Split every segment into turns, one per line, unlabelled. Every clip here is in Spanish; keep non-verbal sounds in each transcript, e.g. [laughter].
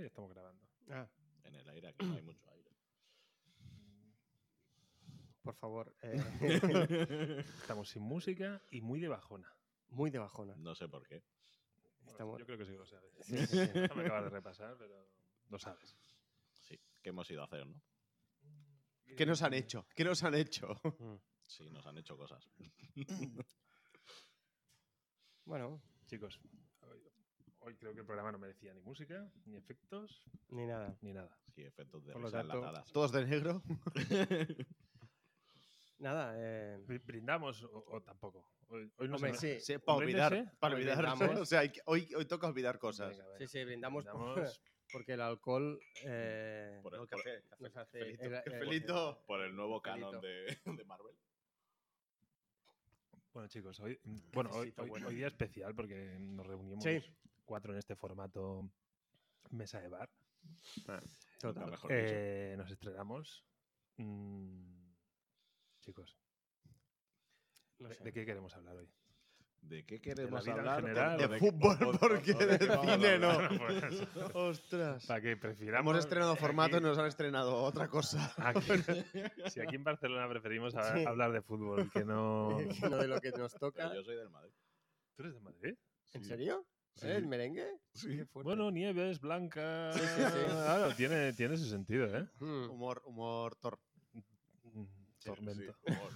ya estamos grabando.
Ah,
En el aire, aquí no hay mucho
[laughs]
aire.
por favor. eh,
Estamos sin música y muy de bajona.
muy de bajona.
No sé por qué.
Bueno,
Estamos-
Yo creo que sí que lo sabes.
Sí,
[laughs]
sí, sí.
No me acabas de repasar, pero lo sabes.
Sí, ¿qué hemos ido a hacer, no?
¿Qué nos han hecho? ¿Qué nos han hecho?
Mm.
Sí, nos han hecho cosas.
Bueno,
Chicos, hoy, hoy creo que el programa no merecía ni música, ni efectos,
ni nada.
ni nada.
Sí, efectos de
Por lo
risas
tanto,
enlatadas.
¿Todos de negro?
Nada, eh,
Bri- ¿Brindamos o, o tampoco? Hoy, hoy no
Hombre,
se-
sí.
Sí, para
Olvídese,
olvidar. Para olvidar.
olvidamos.
[laughs] O sea, hay que- hoy, hoy toca olvidar cosas.
Venga, venga.
Sí, sí, brindamos, por-
[laughs] Brindamos.
porque el alcohol eh,
Por el,
No,
por-
café, café,
nos hace...
cafelito,
el- el-
cafelito.
por el nuevo
Cafelito.
canon de, de Marvel.
Bueno, chicos, hoy, bueno, hoy,
Necesito
hoy-
bueno.
hoy día especial porque nos reunimos
Sí.
cuatro en este formato mesa de bar.
Nunca
Total.
mejor dicho.
Eh, nos estrenamos. Mm, chicos,
no
¿de-
sé.
¿de qué queremos hablar hoy?
¿De qué
la
queremos
vida en
hablar?
general.
¿O
De
qué-
fútbol,
o- o-
porque
o
de
qué vamos a
cine no. pues,
hablar?
Ostras.
Para que prefiramos.
Hemos estrenado
aquí-
formato y nos han estrenado otra cosa.
aquí- si aquí en Barcelona preferimos a-
Sí.
hablar de fútbol, que no.
[laughs] no [laughs] de lo que nos toca.
Pero yo soy del Madrid.
¿Tú eres de Madrid?
¿En serio? ¿Eh, ¿El merengue? Qué fuerte.
Bueno, nieves, blanca.
sí, sí.
Claro, tiene, tiene su sentido, ¿eh?
Mm.
[laughs]
Humor, humor, tor.
Mm,
Sí,
[laughs]
Tormento.
sí, humor.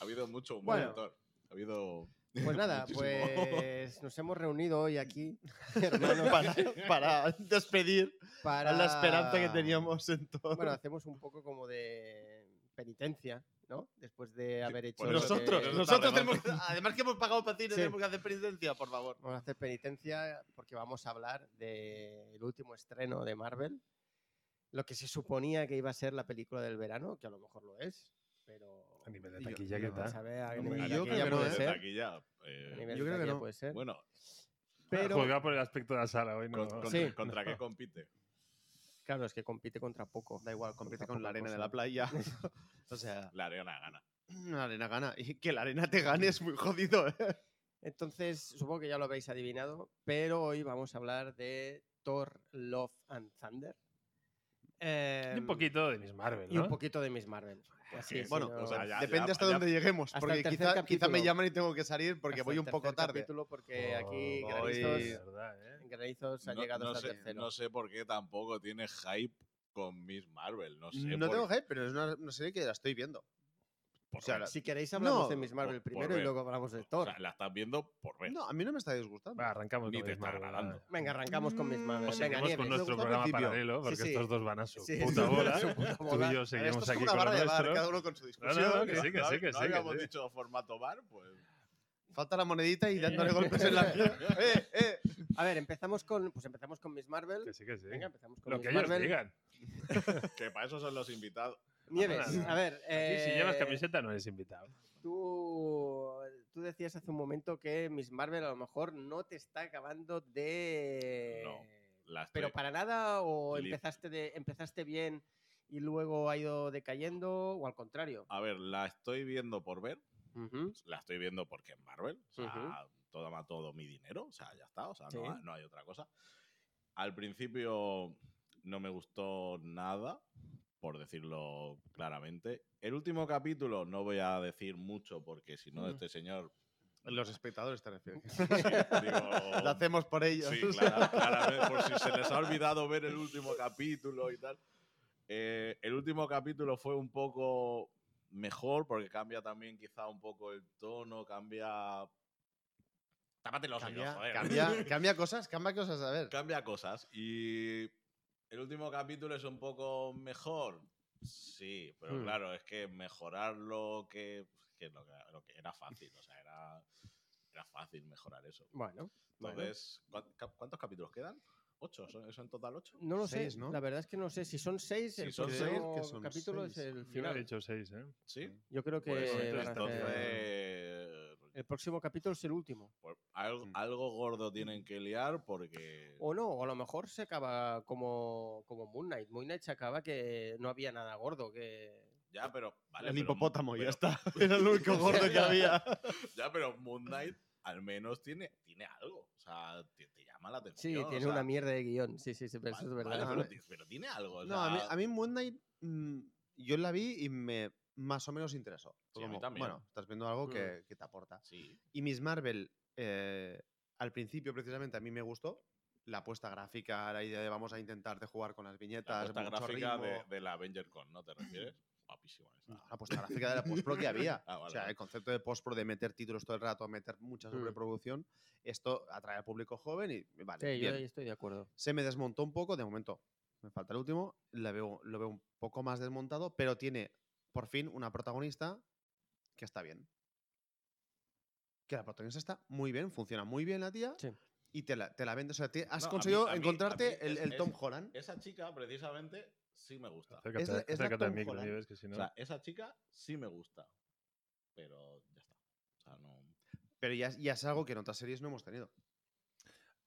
ha habido mucho humor.
Bueno.
Thor. Ha habido.
Pues nada,
[laughs] muchísimo
pues nos hemos reunido hoy aquí, hermanos,
Para, para despedir a
para...
la esperanza que teníamos en todo.
Bueno, hacemos un poco como de penitencia, ¿no? Después de haber hecho...
por
lo
eso-
nosotros,
que-
Tarde,
nosotros
¿no?
tenemos que- Además que hemos pagado para cine,
Sí.
tenemos que hacer penitencia, por favor.
Vamos a hacer penitencia porque vamos a hablar del último estreno de Marvel, lo que se suponía que iba a ser la película del verano, que a lo mejor lo es, pero...
A nivel de
Yo-
taquilla, ¿qué
Vamos a
tal?
ver, a
Hombre,
nivel
yo
de
creo
taquilla
que no,
puede
¿eh?
pues desde
ser,
aquí ya,
a
eh,
nivel de
Yo creo que
taquilla
no.
puede ser.
bueno,
Pero,
Juzgado por el aspecto de la sala hoy, no.
con- contra,
Sí.
contra qué compite?
claro, es que compite contra poco.
Da igual, compite
Otra
con
poca
la arena de
cosa.
la
[laughs]
playa. o sea,
La Arena gana.
la arena gana. Y que la arena te gane es muy jodido, ¿eh?
Entonces, supongo que ya lo habéis adivinado, pero hoy vamos a hablar de Thor, Love and Thunder.
Y
Em,
un poquito de Miss Marvel,
y
¿no?
un poquito de Miss Marvel. Así,
que-
si
bueno,
no-
o sea, ya-
Depende hasta
ya-
dónde lleguemos,
Hasta el
porque
tercer
quizá, quizá me
capítulo.
llaman y tengo que salir porque
hasta
voy
el
un poco
tercer
tarde.
capítulo porque aquí
Oh,
Hoy-
Granizos,
verdad, ¿eh?
Granizos ha
no,
llegado
no
hasta el
sé,
tercero.
no sé por qué tampoco tiene hype con Miss Marvel. No sé.
No
por-
tengo hype, pero es una, una serie que la estoy viendo.
por
o sea,
ver.
la-
Si queréis hablamos
No,
de Miss Marvel
por- por
primero y
ver.
luego hablamos de
O
Thor.
sea, la estás viendo por ver.
No, a mí no me está disgustando.
Va, arrancamos
Ni
con
te
Miss
está
Marvel.
agradando.
Venga, arrancamos con Miss Marvel.
O
Venga,
seguimos con
Nieves.
nuestro
Me gusta al
programa
principio.
paralelo, porque
sí.
estos dos van a su
Sí,
puta bola.
su puta
Tú
bola.
y yo
A ver, esto
seguimos
es
aquí
una
con lo
barra de bar,
nuestro.
cada uno con su
No, no,
discusión.
que
No,
sí, que
no,
sí, que
no
sí, que
habíamos
sí.
dicho formato bar, pues.
Falta la monedita y dándole golpes
[laughs]
en la. ¡Eh, eh!
A ver, empezamos con, pues empezamos con Miss Marvel.
Que sí, que sí.
Venga, empezamos con
Lo
Miss
que ellos
Marvel.
digan.
Que para eso son los invitados.
Nieves,
Nada.
a ver.
Aquí, si llevas
eh,
camiseta, no eres invitado.
Tú, tú decías hace un momento que Miss Marvel a lo mejor no te está acabando de...
No, la estoy-
Pero para nada o
Li-
empezaste, de, empezaste bien y luego ha ido decayendo o al contrario.
A ver, la estoy viendo por ver.
Ujú.
La estoy viendo porque es Marvel. O sea,
Ujú.
toma todo mi dinero. O sea, ya está. O sea,
Sí.
no, ha- no hay otra cosa. Al principio no me gustó nada, por decirlo claramente. El último capítulo no voy a decir mucho porque si no,
Mm.
este señor.
Los espectadores te refieren. [laughs]
digo,
Lo hacemos por ellos.
Sí,
[laughs]
clara- claramente, por si se les ha olvidado ver el último capítulo y tal. Eh, el último capítulo fue un poco mejor porque cambia también quizá un poco el tono, cambia... Tápate los oídos,
Cambia,
joder.
cambia, cambia cosas, cambia cosas. A ver.
[laughs] Cambia cosas. Y el último capítulo es un poco mejor. Sí, pero
Hmm.
claro, es que mejorar lo que, que lo que- lo que era fácil. O sea, era, era fácil mejorar eso.
Bueno, bueno.
Entonces, ¿cuán- ca- ¿cuántos capítulos quedan? ¿Ocho? ¿Son, son en total ocho?
no lo
Seis,
sé.
¿no?
La verdad es que no sé. Si son seis,
Si
el
son
próximo
seis, que son
capítulo
seis.
es el
Yo
final.
he hecho seis, ¿eh?
Sí.
Yo creo que
Pues,
van a
entonces,
hacer- el próxil próximo capítulo es el último.
pues, al- algo,
Mm.
gordo tienen que liar porque.
O no, o a lo mejor se acaba como, como Moon Knight. Moon Knight se acaba que no había nada gordo, que...
Ya, pero. vale,
el
pero- [laughs]
hipopótamo,
pero-
[laughs]
ya está. Era el único gordo que había.
Ya, pero Moon Knight al menos tiene, tiene algo. O sea, te, te llama la
Sí,
atención. o
tiene
sea,
una mierda de guión. Sí, sí, sí, pero eso
vale,
es verdad.
vale,
¿no?
pero, ti- pero tiene algo. o
No, a mí,
sea,
a mí Moon Knight mm, yo la vi y me más o menos interesó. Fue
Sí, a mí
como,
también. Mm.
Bueno, estás viendo algo que, que te aporta.
sí.
Y Miss Marvel, eh, al principio precisamente a mí me gustó. La apuesta gráfica, la idea de vamos a intentar de jugar con las
La
viñetas,
puesta
mucho
gráfica
ritmo.
de, de la Avenger Con, ¿no te
[clears throat]
refieres? Guapísima
No,
esa.
la apuesta gráfica de la
[laughs]
postpro que había.
Ah, vale,
o sea,
vale.
el concepto de postpro de meter títulos todo el rato, meter mucha
Mm.
sobreproducción, esto atrae al público joven y vale.
Sí, yo
bien.
ahí estoy de acuerdo.
Se me desmontó un poco, de momento me falta el último, la veo, lo veo un poco más desmontado, pero tiene por fin una protagonista que está bien. Que la protagonista está muy bien, funciona muy bien la tía
Sí.
y te la, te la vendes. O sea, te- has
No, a mí-
conseguido
a mí- a
encontrarte
mí
el,
es-
el
es-
Tom Holland.
Esa chica, precisamente, sí me gusta.
Acércate,
es la- es la
acércate al
Tom
micro,
Holland.
Nieves, que si no.
O sea, esa chica sí me gusta. Pero ya está. O sea, no.
Pero ya, es- ya es algo que en otras series no hemos tenido.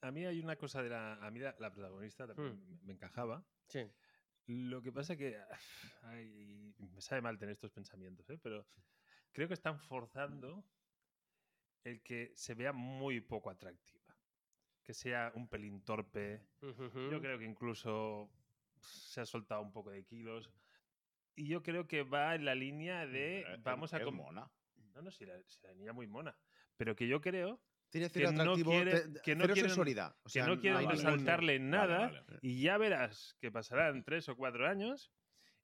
A mí hay una cosa de la. A mí la, la protagonista también
Hmm.
me- me encajaba.
Sí.
Lo que pasa que. ah, [sighs] ay, me sabe mal tener estos pensamientos, ¿eh? pero creo que están forzando el que se vea muy poco atractiva. Que sea un pelín torpe. Yo creo que incluso se ha soltado un poco de kilos. Y yo creo que va en la línea
Mm,
de.
Pero es-
Vamos a.
es
com-
mona.
No, no, si la, si la niña es muy mona. Pero que yo creo
Tiene
Que
cero
no
atractivo,
quiere-
te- te-
que no
cero
quieren-
sexualidad. O sea,
que no quieren
hay ningún-
saltarle nada.
Vale, vale.
Y ya verás que pasarán tres o cuatro años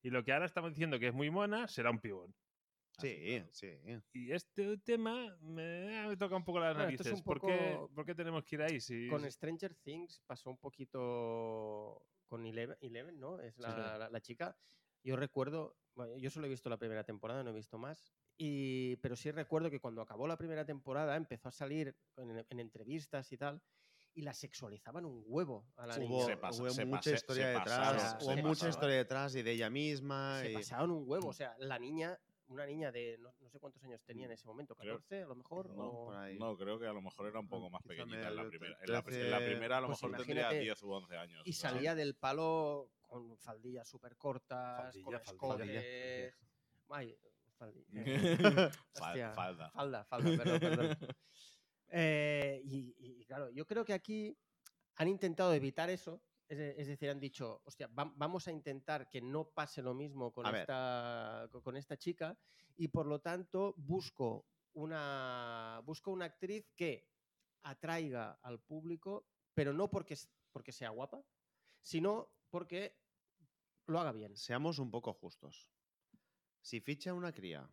y lo que ahora estamos diciendo que es muy mona será un pibón.
Sí, sí.
Y este tema me, me toca un poco las
Bueno,
narices.
esto es un
¿Por, qué,
poco-
por qué tenemos que ir ahí? Si,
Con Stranger Things pasó un poquito con Eleven, Eleven, ¿no? Es la,
Sí.
la- la chica. Yo recuerdo, bueno, yo solo he visto la primera temporada, no he visto más. Y, pero sí recuerdo que cuando acabó la primera temporada empezó a salir en, en entrevistas y tal, y la sexualizaban un huevo a la
Hubo,
Se
niña.
pasa-
hubo
se
mucha
pase- se
historia
pasaron,
detrás,
se
hubo mucha
pasaron.
historia detrás y de ella misma.
Se
y-
pasaban un huevo. O sea, la niña, una niña de no, no sé cuántos años tenía en ese momento,
Creo-
14 a lo mejor.
No,
o-
por ahí.
No, creo que a lo mejor era un poco más
Quizá
pequeñita en la
medio
primera. En la, pri- en la
13,
primera a lo
pues
mejor tendría
imagínate.
10 u 11 años.
Y
¿no? [laughs]
salía [laughs] del palo con faldillas súper cortas,
Faldilla,
con
faldilla.
escotes. Ay, faldilla.
[laughs]
Fal-
Hostia.
falda.
Falda, falda, perdón, perdón. [laughs] Eh, y, y- y claro, yo creo que aquí han intentado evitar eso. Es, de- es decir, han dicho, hostia, vam- vamos a intentar que no pase lo mismo con
A ver.
esta, co- con esta chica y por lo tanto busco una, busco una actriz que atraiga al público, pero no porque, es- porque sea guapa, sino porque lo haga bien.
Seamos un poco justos. Si ficha a una cría,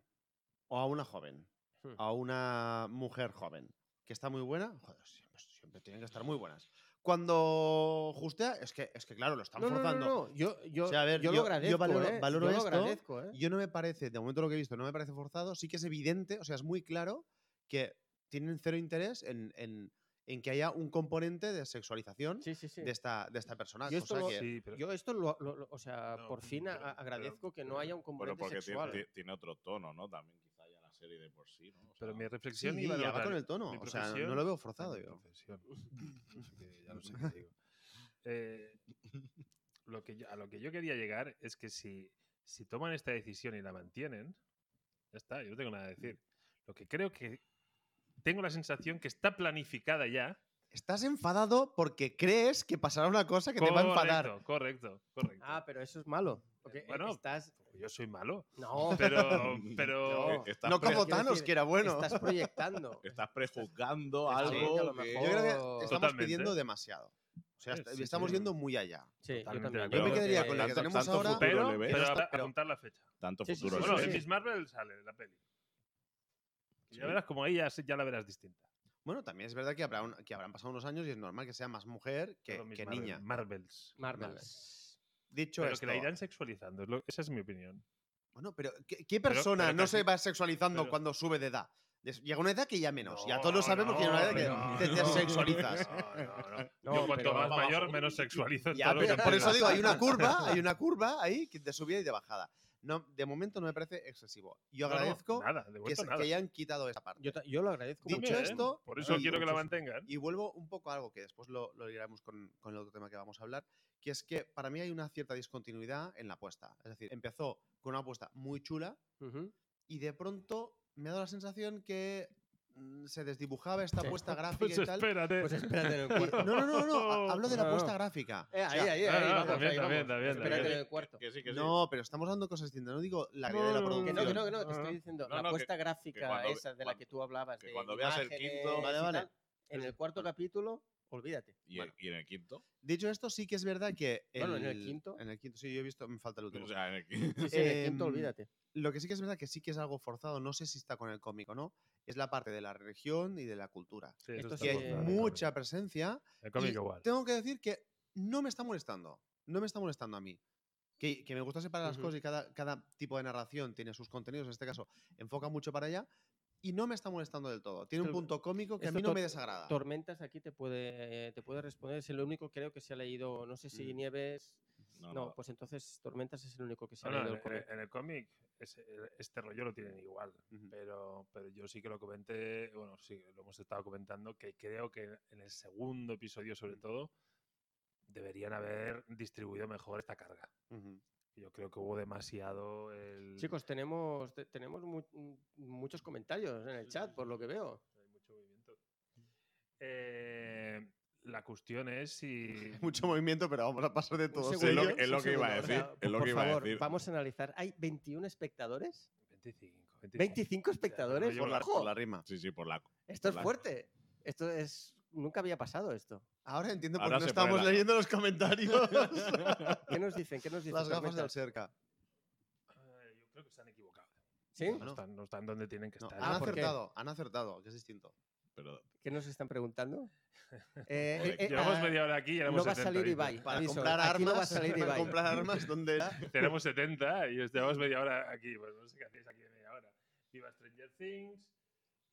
o a una joven,
Hmm.
a una mujer joven, que está muy buena, joder, siempre, siempre tienen que estar muy buenas. Cuando justea, es que, es que claro, lo están
No, no, no,
forzando.
no, Yo, yo,
O sea, a ver,
yo
yo-
lo
yo
agradezco.
valoro-
¿eh?
valoro
Yo lo
esto
agradezco, ¿eh?
Yo no me parece, de momento lo que he visto, no me parece forzado. Sí que es evidente, o sea, es muy claro que tienen cero interés en, en- en que haya un componente de sexualización
Sí, sí, sí.
de, esta, de esta persona.
Yo esto
cosa
lo-
que-
Sí, pero-
Yo esto lo, lo- lo- o sea,
No,
por fin a-
pero-
a- agradezco que no haya un
Bueno,
componente
porque ti- ti-
sexual.
tiene, otro tono, ¿no? También quizá ya la serie de por sí, ¿no? O
Pero
sea, eh,
mi
Sí,
reflexión
y
iba a
va con el tono. O sea, no lo veo forzado yo.
ya no sé qué digo. Eh, lo que yo- a lo que yo quería llegar es que si, si toman esta decisión y la mantienen, ya está, yo no tengo nada que decir. Lo que creo que tengo la sensación que está planificada ya.
Estás enfadado porque crees que pasará una cosa que te va a enfadar.
Correcto, correcto, correcto.
Ah, pero eso es malo. porque, eh,
Bueno.
estás.
Yo soy
[laughs]
malo,
No,
[laughs]
[laughs]
pero, pero
No,
eh, estás,
No
pre-
como
quiero
Thanos,
decir,
que era bueno.
estás proyectando.
estás prejuzgando
Sí,
algo.
que a lo
que-
mejor-
Yo creo que
Oh.
estamos
Totalmente.
pidiendo demasiado. O sea,
Sí,
est-
sí,
estamos
sí.
yendo muy allá.
Sí, yo
Totalmente
también.
de
Yo
acuerdo.
me quedaría
Yo
con
la que
tanto-
tenemos
tanto
ahora-
futuro
pero,
le ves,
pero
está-
apra-
pero-
apuntar la fecha.
tanto
Sí, sí,
futuro
sí,
le
Bueno,
sí,
en
ves.
sí.
Miss Marvel sale la peli. Y Ya
Sí.
verás como ahí ya, se- ya la verás distinta.
Bueno, también es verdad que, habrá un- que habrán pasado unos años y es normal que sea más mujer que,
Perdón, Miss
que
Marvel,
niña.
Marvels.
Marvel.
[laughs] Vale. Dicho
Pero
esto,
que la irán sexualizando. es lo- esa es mi opinión.
bueno, pero ¿qué, qué persona
pero
no se
casi-
va sexualizando
pero-
cuando sube de edad? Des- Llega una edad que ya menos. ya todos
No,
lo sabemos que llega una edad que
no,
te, te
no,
sexualizas.
[laughs] No, no, no.
No,
Yo cuanto
pero-
más mayor, menos sexualizo.
Ya,
todo lo
pero
que
por
pueda.
eso digo, hay una curva, hay una curva ahí que- de subida y de bajada. No, de momento no me parece excesivo. Yo
No, no,
agradezco
nada, de
que,
momento
se- que
nada.
hayan quitado esa parte.
Yo, ta- yo lo agradezco
Dicho
mucho.
También,
¿eh?
esto-
Por eso
Ay,
quiero que la
muchos-
mantengan.
Y vuelvo un poco a algo que después lo, lo ligaremos con, con el otro tema que vamos a hablar, que es que para mí hay una cierta discontinuidad en la apuesta. Es decir, empezó con una apuesta muy chula
Ujú.
y de pronto me ha dado la sensación que mm, se desdibujaba esta
Sí.
puesta gráfica
Pues
y tal.
espérate.
Pues espérate en el
Y-
cuarto.
no, no, no, no, no, ha- hablo de la
No, no.
puesta gráfica.
Eh,
O
ahí,
sea,
ahí, ahí.
Ah,
vamos,
también,
ahí
también,
vamos.
también,
Espérate
también.
en el cuarto.
Que sí, que sí.
No, pero estamos dando cosas distintas. No digo la calidad de
No, no,
la
no,
producción.
Que no, que no, que no, te
Ah.
estoy diciendo. la
No, no, que-
apuesta gráfica
que cuando ve-
esa de la
cuando-
que tú hablabas.
que
de
cuando veas el
imágenes
quinto-
Vale,
y
vale.
tal, En el cuarto capítulo, olvídate.
¿Y,
Bueno.
el- y en el quinto.
Dicho esto, sí que es verdad que.
Bueno, en el quinto.
En el quinto, sí, yo he visto, me falta el último.
[laughs] O sea, en el quinto.
Sí, sí, en el quinto,
Em,
olvídate.
Lo que sí que es verdad que sí que es algo forzado, no sé si está con el cómic o no, es la parte de la religión y de la cultura.
Sí, eso
Esto
está
Que hay
forzado, el
mucha
cómic.
presencia
El cómic
Y
igual.
Tengo que decir que no me está molestando. No me está molestando a mí. Que, que me gusta separar las
Ujú.
cosas y cada, cada tipo de narración tiene sus contenidos. En este caso, enfoca mucho para allá. Y no me está molestando del todo. Tiene un
Esto-
punto cómico que a
esto
mí no
tor-
me desagrada.
Tormentas aquí te puede, eh, te puede responder. Es el único creo que se ha leído. No sé si
Mm.
Nieves.
No,
No,
no.
pues entonces Tormentas es el único que se
No,
ha
no,
leído
en,
el cómic.
en el cómic ese- este rollo lo tienen igual.
Ujú.
Pero, pero yo sí que lo comenté, bueno, sí, lo hemos estado comentando, que creo que en el segundo episodio, sobre todo, deberían haber distribuido mejor esta carga.
Ujú.
Yo creo que hubo demasiado el...
Chicos, tenemos, te- tenemos mu- m- muchos comentarios en el
Sí,
chat,
sí,
por
sí,
lo que
sí.
veo.
Hay mucho movimiento. Eh, la cuestión es
[laughs]
si...
Mucho movimiento, pero vamos a pasar de
Un
todos
segundo,
ellos.
es lo
un
que iba a
segundo,
decir, es
por-
lo
por
que iba a
favor,
decir.
Vamos a analizar. ¿Hay 21 espectadores?
25,
25 espectadores.
rollo
Por la,
¡Jo!
por la rima.
Sí, sí, por la.
Esto es
Blanco.
fuerte. Esto es. Nunca había pasado esto.
Ahora entiendo por
Ahora
qué no
se
estamos
cuela.
leyendo los comentarios.
¿Qué nos dicen? ¿Qué nos dicen?
Las gafas del
Tormentas?
cerca.
Eh, yo creo que se han equivocado.
¿Sí?
No,
No.
están, no están donde tienen que
No,
estar.
han
Ah, ¿por qué?
acertado, han acertado, que es distinto.
Pero
¿Qué nos están preguntando? Eh,
Joder,
Llevamos
ah,
media hora aquí y ya
no
éramos
va a
70,
salir
dice.
Ibai.
Para
aviso,
comprar
aquí
armas,
no va a salir
[laughs] para
Ibai.
comprar
[laughs]
armas, ¿dónde era?
[laughs] Tenemos 70 y os llevamos media hora aquí. Pues no sé qué hacéis aquí de media hora. Viva Stranger Things.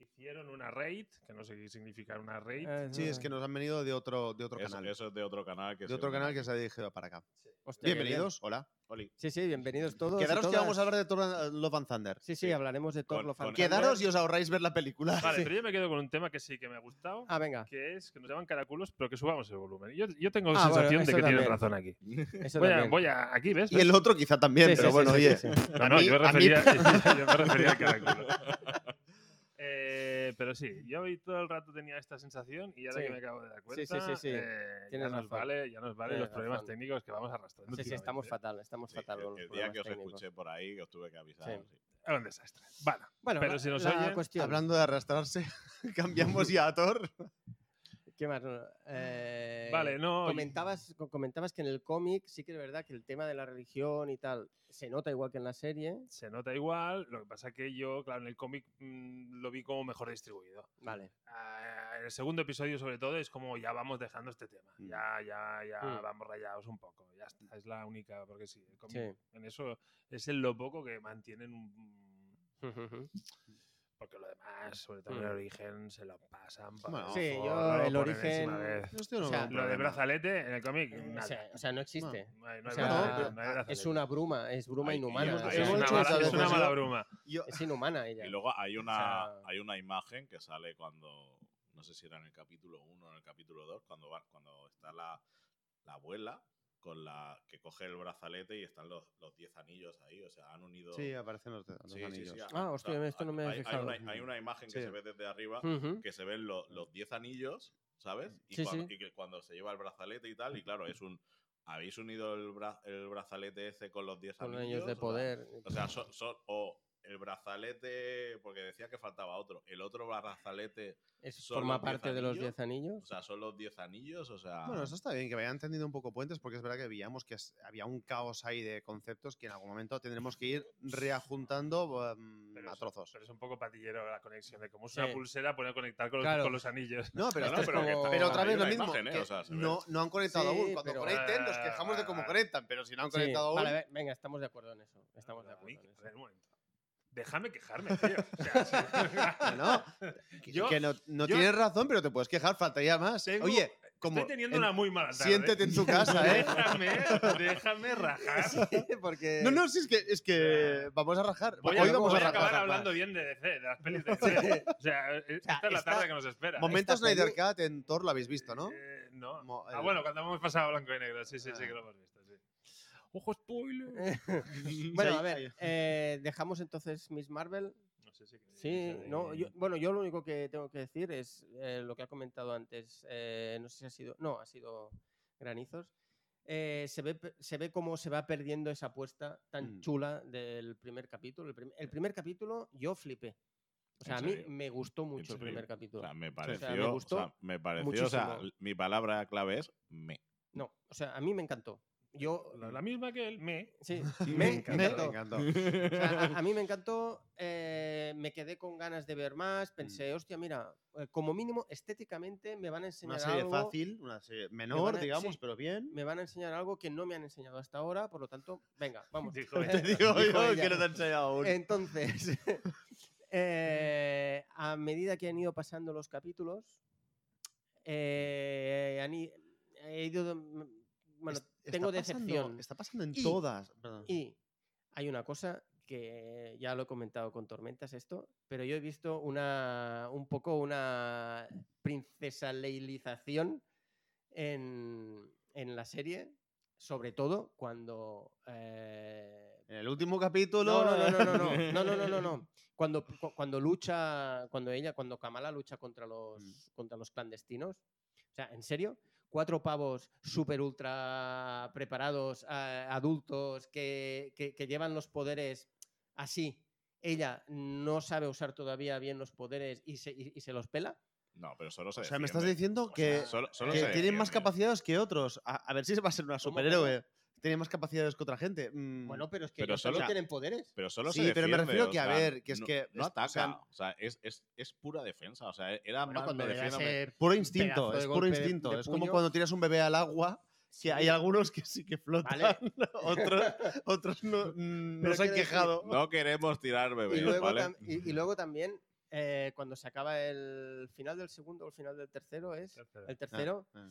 Hicieron una raid, que no sé qué significa una raid.
Ah,
Sí, es que nos han venido de otro, de otro
eso,
canal.
eso es de otro canal que
de otro canal que se ha dirigido para acá.
Hostia, qué bien.
Bienvenidos, hola.
Sí, sí, bienvenidos todos. y
Quedaros que
todas.
vamos a hablar de Thor eh, Love and Thunder.
Sí, sí,
Sí.
hablaremos de Thor
Con-
Love
con-
and Thunder.
Quedaros y os ahorráis ver la película.
Vale,
sí.
pero yo me quedo con un tema que sí que me ha gustado,
Ah, venga.
que es que nos llaman caraculos, pero que subamos el volumen. Yo, yo tengo la
Ah, bueno,
sensación de
eso
que tienes
también.
razón aquí.
Eso
Voy a,
también.
voy a- aquí, ¿ves?
Y el otro quizá también,
Sí,
pero
sí,
bueno,
sí, sí,
oye. [laughs]
sí.
No, no,
mí-
yo,
a
[laughs]
mí-
refería, yo me refería al caraculo. Eh, pero sí, yo hoy todo el rato tenía esta sensación y ahora
Sí.
que me acabo de dar cuenta,
Sí, sí, sí, sí.
eh, ya
Tienes
nos
razón.
vale, ya nos vale
Tienes
los problemas
razón.
técnicos que vamos arrastrando.
Sí, sí, estamos
últimamente.
fatal, estamos fatal con
el,
los
día que
problemas
os
técnicos.
escuché por ahí, que os tuve que avisar.
Sí.
sí.
Era un desastre. Bueno,
Bueno,
Pero
la-
si nos
la
oyen-
cuestión.
Hablando de arrastrarse, [laughs] cambiamos ya a Thor.
¿Qué más? No, no. Eh,
vale, no. y-
Comentabas, co- comentabas que en el cómic sí que es verdad que el tema de la religión y tal se nota igual que en la serie.
Se nota igual, lo que pasa que yo, claro, en el cómic mm, lo vi como mejor distribuido.
Vale.
Ah, el segundo episodio, sobre todo, es como ya vamos dejando este tema.
Mm.
Ya, ya, ya
Mm.
vamos rayados un poco. Ya está, es la única, porque sí, el cómic
Sí.
en eso es en lo poco que mantienen un. Porque lo demás, sobre todo en el
Mm.
origen, se lo pasan. por
Bueno,
el
Sí, yo
forro
el
por enésima
origen-
vez.
No estoy
O
no
sea,
veo un
Lo de
problema.
brazalete en el cómic,
o,
nada.
sea, o sea, no existe.
No hay- no
Eh, o
hay
sea,
brazalete, no hay brazalete.
es una bruma, es bruma
Ay, y
inhumana.
ya
o
Es
está.
sea,
una
muchas
mala- es
veces
una
yo-
mala bruma.
Yo-
es inhumana ella.
Y luego hay una,
sea-
hay una imagen que sale cuando, no sé si era en el capítulo 1 o en el capítulo 2, cuando, va- cuando está la, la abuela con la que coge el brazalete y están los los 10 anillos ahí, o sea, han unido...
Sí, aparecen los, los
Sí, sí, sí,
anillos.
ah,
Ah, hostia,
claro,
esto no me he
hay- hay
fijado.
una- hay una imagen que
Sí.
se ve desde arriba
Ujú.
que se ven lo- los 10 anillos, ¿sabes? Y,
Sí,
cuando,
sí.
y que cuando se lleva el brazalete y tal, y claro, es un. ¿Habéis unido el, bra- el brazalete ese con los 10
Con
anillos?
años de
O sea,
poder.
O sea, son. son- o el brazalete. Porque decía que faltaba otro. El otro brazalete.
Es-
son
forma
los diez
parte de los
anillos.
10 anillos.
O sea, son los 10 anillos, o sea.
Ah.
Bueno, eso está bien, que vayan tendiendo un poco puentes, porque es verdad que veíamos que es- había un caos ahí de conceptos que en algún momento tendremos que ir reajuntando em,
Pero
a
es-
trozos.
Pero es un poco patillero la conexión, de cómo es
Sí.
una pulsera poner conectar con los,
Claro.
con los anillos.
No,
Bueno,
pero, esto es
pero que
como-
está-
pero otra
hay
vez lo
una
mismo.
imagen, ¿eh?
que
O sea, se ve.
no, no han conectado
Sí,
aún. Cuando
pero-
conecten, nos quejamos de
Ah.
cómo conectan, pero si no han conectado
Sí,
aún.
vale, ve- venga, estamos de acuerdo en eso. Estamos de
A mí,
acuerdo en
a
eso.
ver, un momento. Déjame quejarme, tío. O sea,
[laughs]
sí.
No,
[laughs]
que,
Yo-
que no, no
yo-
tienes razón, pero te puedes quejar, faltaría más.
Tengo-
Oye, como.
Estoy teniendo
en-
una muy mala tarde.
Siéntete en tu casa, ¿eh?
Déjame, déjame rajar.
Porque
No, no, sí, es que, es que
sea,
vamos a rajar.
Voy a,
Hoy vamos
voy
a
a
rajar.
acabar
rajar
hablando
más.
bien de DC, de las pelis de
[laughs]
DC. O sea, eh, esta es la
esta-
tarde que nos espera.
Momento
esta
Snyder
peli-
Cut en Thor lo habéis visto, ¿no?
Eh, no.
Mo-
Ah,
el-
bueno, cuando hemos pasado a blanco y negro. Sí, sí, sí
Ah.
que lo hemos visto, sí. ¡Ojo, spoiler!
[laughs] bueno, a
[laughs]
Ahí-
ver,
ahí.
eh, dejamos entonces Miss Marvel.
No pues ese que-
Sí,
ese de-
no, yo- bueno, yo lo único que tengo que decir es eh, lo que ha comentado antes, eh, no sé si ha sido, no, ha sido Granizos. Eh, se, ve, pe- se ve cómo se va perdiendo esa apuesta tan
Mm.
chula del primer capítulo. El, prim- el primer capítulo yo flipé. O sea, a
¿En
mí
serio?
me gustó mucho el
serio?
primer
O
capítulo.
sea, me
sea, me
pareció. o sea,
gustó
me pareció. O sea,
muchísimo.
l- mi palabra clave es me.
No, o sea, a mí me encantó. Yo,
La, la misma que el me.
sí,
Me,
me
encantó, me
encantó.
encantó.
O sea, a, a
[laughs]
mí me encantó, eh, me quedé con ganas de ver
Mm.
más, pensé, hostia, mira, eh, como mínimo estéticamente me van a enseñar
Una serie
algo,
fácil, una serie menor,
a-
digamos,
sí.
pero bien.
me van a enseñar algo que no me han enseñado hasta ahora, por lo tanto,
[laughs]
venga, vamos.
Dijo
[laughs] Eh,
ella.
Digo
dijo
yo
ella.
que no te he enseñado aún. [laughs]
Entonces, [laughs] eh, a medida que han ido pasando los capítulos, eh, han i- he ido... mm, Bueno,
Es- está
tengo
pasando-
decepción.
Está pasando en
Y-
todas. perdón.
Y hay una cosa que ya lo he comentado con Tormentas esto, pero yo he visto una un poco una princesa leilización en, en la serie, sobre todo cuando eh,
En el último capítulo.
no, no, no, no, no,
[laughs]
[laughs]
no, no, no, no, no, no. Cuando, cu- cuando lucha, cuando ella, cuando Kamala lucha contra los,
Mm.
contra los clandestinos. O sea, ¿en serio? Cuatro pavos súper ultra preparados, a- adultos, que, que- que llevan los poderes así. Ella no sabe usar todavía bien los poderes y se, y- y se los pela.
No, pero solo se.
O sea, me estás
defiende.
diciendo
O
que,
sea, solo- solo
que
se
tienen más
defiende.
capacidades que otros. A, a ver si se va a ser una
¿Cómo,
superhéroe. Tiene más capacidades que otra gente. Mm,
Bueno, pero es que
Pero
ellos también
solo-
tienen poderes.
Pero solo
Sí,
se
pero me
defiende,
refiero
o
que, a
sea,
ver, que es
no-
que
No
es- o
ataca. O
sea,
sea, es, es, es pura defensa. O sea, e, era
Bueno,
más.
cuando
Me
le da
defiendo, me-
ese
puro instinto.
pedazo de
Es puro
golpe de-
instinto.
de
es como
puño.
cuando tiras un bebé al agua. Que hay
Sí.
algunos que sí que flotan.
Vale.
[laughs] otros, otros
[laughs]
no, mm, no
Pero
se han
quiero decir-
quejado.
No queremos
[laughs]
tirar bebés,
y, luego
¿vale?
tam- y- y luego también, eh, cuando se acaba el final del segundo o el final del tercero, es
Tercero.
el
Ah,
tercero,
ah.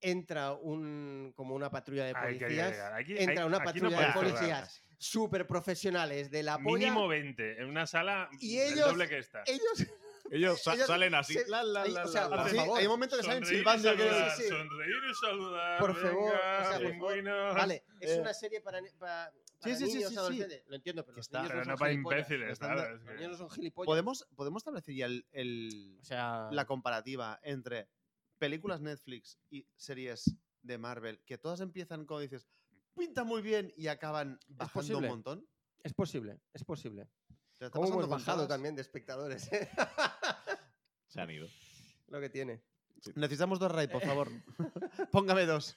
entra un, como una patrulla de
Ah, hay que
policías,
llegar. Aquí-
entra
hay-
una
aquí no
patrulla de
puedes cerrar.
policías súper profesionales de la polla.
Mínimo 20, en una sala
Y
del
ellos-
doble que esta.
Ellos,
Ellos sa-
ellos
salen así.
se-
la, la,
ahí,
la,
o sea,
la,
por
Sí, [laughs]
favor.
hay momentos que salen
Sonreír y,
silbando. que-
saludar,
sí, sí.
sonreír y saludar.
Por favor,
venga,
o sea, por favor.
pingüinos.
vale, es
eh,
una serie para, ni- pa- para
sí, sí, sí,
niños
sí, sí.
adolescentes. Lo entiendo, pero
Que
los
está-
niños
Pero
no,
no
son
para
gilipollas.
imbéciles,
están da-
claro. es
Los
que-
niños no son gilipollas.
¿Podemos, podemos establecer ya el- el,
o sea,
la comparativa entre películas Netflix y series de Marvel, que todas empiezan como dices, pinta muy bien y acaban bajando un
posible.
montón.
es posible, es posible.
Te está
Como
pasando
hemos
con
bajado
todas.
también de espectadores, eh? [laughs]
Se han ido.
lo que tiene.
Necesitamos dos Ray, por favor. [laughs] Póngame dos.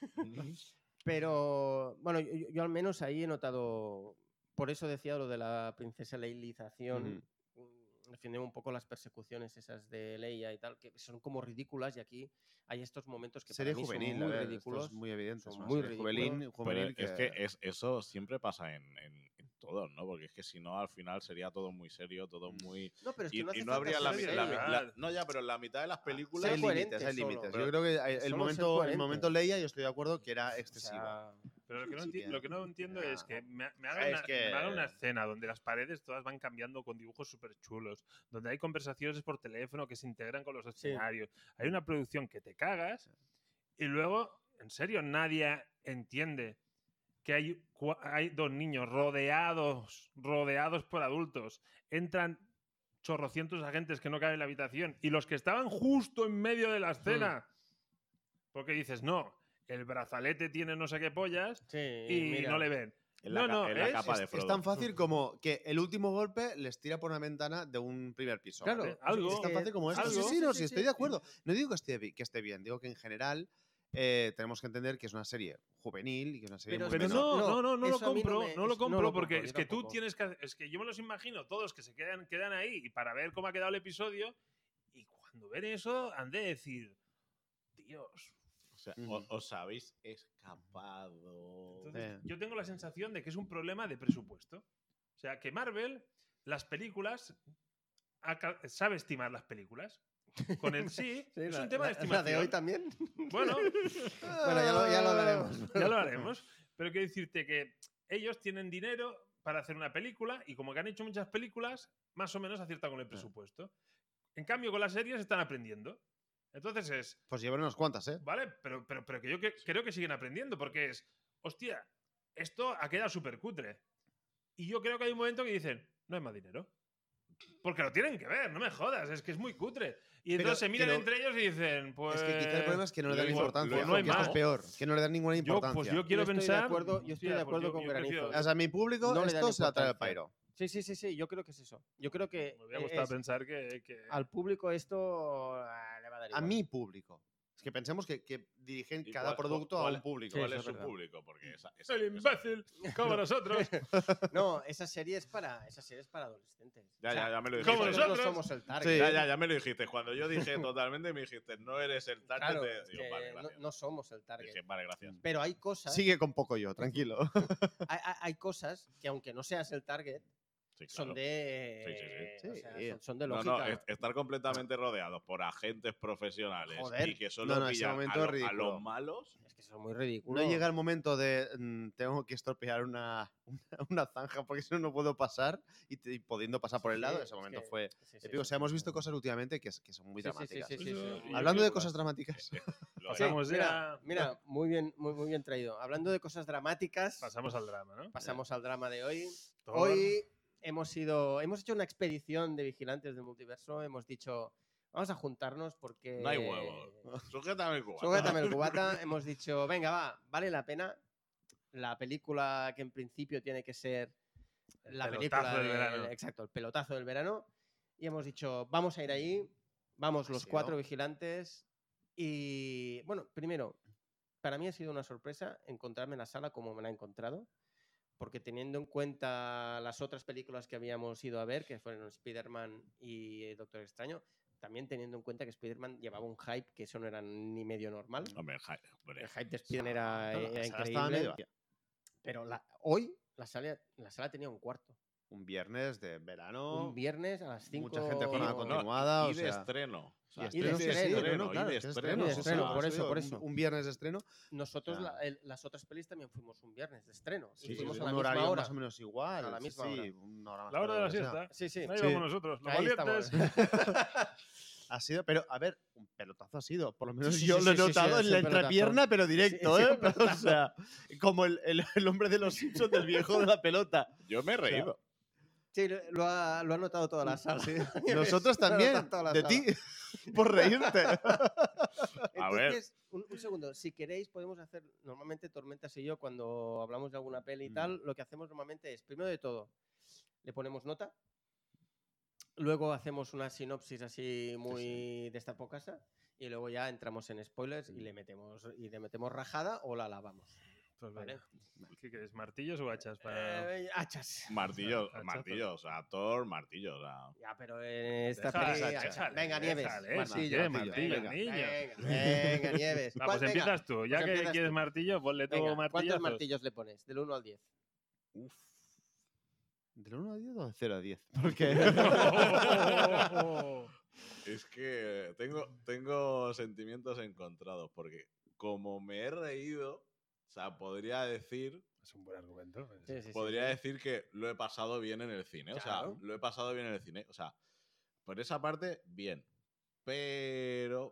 Pero bueno, yo, yo- yo al menos ahí he notado, por eso decía lo de la princesa Leilización, mm, defiende un poco las persecuciones esas de Leia y tal, que son como ridículas y aquí hay estos momentos que
Serie
para mí
juvenil,
son
a
muy
ver, esto
ridículos.
es muy evidente.
son
es una
muy
serie juvenil,
ridículos.
Pero
juvenil
es que es, eso siempre pasa en, en, en todos, ¿no? Porque es que si no, al final sería todo muy serio, todo
Mm.
muy.
No, pero es que
y
no,
y
hace falta
habría la,
ser
serio.
la-
serio.
la- No, ya, pero la mitad de
Ah,
las películas.
ser
hay límites,
coherente
hay
solo,
límites.
pero
Yo creo que hay- el
solo ser
momento, el
coherente.
momento Leia, yo estoy de acuerdo que era
O
excesivo.
sea,
Pero lo que, no
Sí,
enti-
bien.
lo que no entiendo es que me, me haga
Es
una,
que-
me haga una escena donde las paredes todas van cambiando con dibujos súper chulos, donde hay conversaciones por teléfono que se integran con los escenarios. Hay una producción que te cagas y luego, en serio, nadie entiende que hay, cua- hay dos niños rodeados, rodeados por adultos. Entran chorrocientos agentes que no caben en la habitación y los que estaban justo en medio de la
Hmm.
escena. Porque dices, no, el brazalete tiene no sé qué pollas
sí,
y
mira,
no le ven.
En la,
No, no,
ca- en la
es-
capa de
Es, es
Frodo.
tan fácil como que el último golpe les tira por una ventana de un primer piso.
Claro,
¿vale? Algo-
Es tan fácil como esto. Sí,
algo-
sí, no, sí, estoy de acuerdo. No digo que esté, bi- que esté bien, digo que en general eh, tenemos que entender que es una serie juvenil y que es una serie
Pero-
muy
Pero
Bueno,
menor.
no,
no,
no, no, no lo
eso a mí no
compro, no,
me-
lo
es- no
compro
lo
porque
compro,
es
yo
que tú
tampoco.
tienes que, hacer- es que yo me los imagino todos que se quedan, quedan ahí y para ver cómo ha quedado el episodio y cuando ven eso han de decir, Dios.
O sea,
Ujú.
o- os habéis escapado.
Entonces,
Eh.
yo tengo la sensación de que es un problema de presupuesto. O sea, que Marvel, las películas, aca- sabe estimar las películas. Con el sí,
[laughs] Sí,
es
la-
un tema de
la- la
estimación.
de hoy también. [laughs]
Bueno,
Bueno, ya lo, ya lo hablaremos.
ya lo haremos. Pero quiero decirte que ellos tienen dinero para hacer una película y como que han hecho muchas películas, más o menos aciertan
Ah.
con el presupuesto. En cambio, con las series están aprendiendo. Entonces es,
Pues llevan unas cuantas, ¿eh?
¿vale? Pero, pero, pero que yo que- creo que siguen aprendiendo porque es, hostia, esto ha quedado súper cutre. Y yo creo que hay un momento que dicen, no hay más dinero. Porque lo tienen que ver, no me jodas, es que es muy cutre. Y
Pero
entonces se
que
miran
no-
entre ellos y dicen, pues...
Es que quizá el problema es que no le
lo
dan
Pues igual-
importancia.
lo
porque
igual-
no hay
esto es
más.
peor, que no le dan ninguna
Yo,
importancia.
pues yo quiero
Yo estoy de
pensar...
acuerdo- yo estoy de
Hostia, pues,
acuerdo con
yo
Granizo.
O sea, mi público,
No le dan
esto se lo trae el
importancia.
pairo.
Sí, sí, sí, sí, yo creo que es eso. Yo creo que
Me hubiera
eh,
gustado
es-
pensar que... que-
al público esto ah, le va a dar
A
igual.
mi público. Es que pensemos que, que dirigen
¿Y
cada
cuál-
producto a
cuál-
un público.
Sí,
¿Cuál
eso
es
es
su
verdad.
público? Porque esa, esa-
el
esa-
imbécil, [laughs] como nosotros.
No, esa serie es para, esa serie es para adolescentes.
Ya,
O sea,
ya, ya me lo
¿cómo lo
dijiste.
nosotros no
nosotros?
somos el target.
Sí.
Ya, ya, ya me lo dijiste. Cuando yo
[laughs]
dije totalmente, me dijiste, no eres el target.
Claro,
de-
es
digo,
que
vale,
no,
gracias.
no somos el target.
Dije, vale, gracias.
Pero hay cosas,
Sigue con poco yo, tranquilo. [laughs]
hay, hay- hay cosas que aunque no seas el target,
Sí,
son
claro.
de,
Sí, sí, sí.
o
Sí,
sea,
eh.
son, son de
No,
lógica.
no, es- estar completamente rodeados por agentes profesionales
Joder.
y que solo
No, no, ese
pillan a,
momento es
lo- a
ridículo.
los malos.
Es que son muy ridículos.
No llega el momento de mm, tengo que estropear una, [laughs] una, una zanja porque si no, no puedo pasar y, te- y pudiendo pasar por
Sí,
el lado.
sí,
Ese
es
momento
que-
fue
Sí, sí,
épico. eh, O
sí,
sea, hemos
sí.
visto cosas últimamente que, es- que son muy
Sí, sí, sí,
dramáticas.
sí, sí,
Eso-
sí.
y-
Hablando de
Ridículas.
cosas dramáticas, [laughs]
Eh,
Lo
Sí.
eran.
Pasamos
mira,
ya-
mira, muy bien, muy, muy bien traído. Hablando de cosas dramáticas,
Pasamos al drama, ¿no?
pasamos al drama de hoy.
Thor,
Hoy hemos ido, hemos hecho una expedición de vigilantes del multiverso. Hemos dicho, vamos a juntarnos porque
No hay
[laughs]
huevos. Sujétame el cubo. [laughs]
Sujétame el cubata. Hemos dicho, venga, va, vale la pena. La película que en principio tiene que ser
El
la
pelotazo
película
del verano.
Exacto, el pelotazo del verano. Y hemos dicho, vamos a ir ahí, vamos
Ha
los
sido.
cuatro vigilantes. Y bueno, primero, para mí ha sido una sorpresa encontrarme en la sala como me la he encontrado. Porque teniendo en cuenta las otras películas que habíamos ido a ver, que fueron Spider-Man y eh, Doctor Extraño, también teniendo en cuenta que Spider-Man llevaba un hype que eso no era ni medio normal.
Hombre, ja- hombre,
El hype de Spider-Man era, era
No, no, la sala estaba
increíble.
medio-
Pero la- hoy la sala, la sala tenía un cuarto.
un viernes de verano,
un viernes a las 5.
mucha gente con la
No,
continuada.
y
o
de
sea,
estreno. O sea,
y de
estreno, sí, sí,
estreno,
y
no, claro,
de
es que es
estreno,
de
estreno,
o
sí, sí,
estreno,
sí,
sea,
por
sí,
eso,
digo,
por
un-
eso.
Un viernes de estreno
Nosotros,
Claro.
la- el- las otras pelis también fuimos un viernes de estreno. y
Sí, sí,
fuimos
sí.
a la
un
misma
horario
hora.
más o menos igual.
A la
sí,
misma
sí,
hora.
una hora más
La hora de
tarde,
la
lo que sea.
siesta.
Sí, sí.
Ahí
Sí.
vamos nosotros, los
Ahí
valientes.
estamos.
Ha sido, pero a ver, un pelotazo ha sido. Por lo
Sí,
menos
sí,
yo
sí,
lo he
sí, sí, ha
notado
sido
en la
un pelotazo.
entrepierna, pero directo,
Sí, sí,
¿eh? [laughs]
un
Pero, o sea, como el, el- el hombre de los Simpsons del viejo de la pelota.
Yo me he reído.
[laughs] Sí, lo- lo ha, lo ha notado toda la sala.
[laughs]
[laughs]
Nosotros
Pero
también,
tanto a la
de ti, [laughs] por reírte.
[laughs]
A ver.
Entonces, un, un segundo, si queréis podemos hacer, normalmente Tormentas y yo cuando hablamos de alguna peli y
Mm.
tal, lo que hacemos normalmente es, primero de todo, le ponemos nota, luego hacemos una sinopsis así muy de esta pocasa y luego ya entramos en spoilers
Mm.
y le metemos y le metemos rajada o la lavamos.
Pues
Vale.
venga. pues ¿Qué quieres, martillos o hachas? Para...
Eh, hachas. [laughs]
Martillo,
Hachazo.
martillo, o sea, Thor, martillo, o sea.
Ya, pero en esta
Déjale,
peli,
déjale,
hachas.
déjale,
venga, Nieves.
déjale,
martillo,
si quieres,
martillo,
martillo,
venga,
niño.
venga, venga, Nieves.
[laughs] Va,
¿Cuál-
pues
venga?
empiezas tú. Ya
pues
que
empiezas
quieres
tú.
martillo, ponle tú
Venga, ¿Cuántos
martillazos.
martillos le pones? Del 1 al 10.
Uf. ¿Del 1 a 10 o de 0 a 10? Porque
[laughs]
Es que tengo, tengo sentimientos encontrados, porque como me he reído, o sea, podría decir,
es un buen argumento.
Sí, sí, sí,
podría
sí.
decir que lo he pasado bien en el cine. O
Claro.
sea, lo he pasado bien en el cine. O sea, por esa parte, bien. Pero.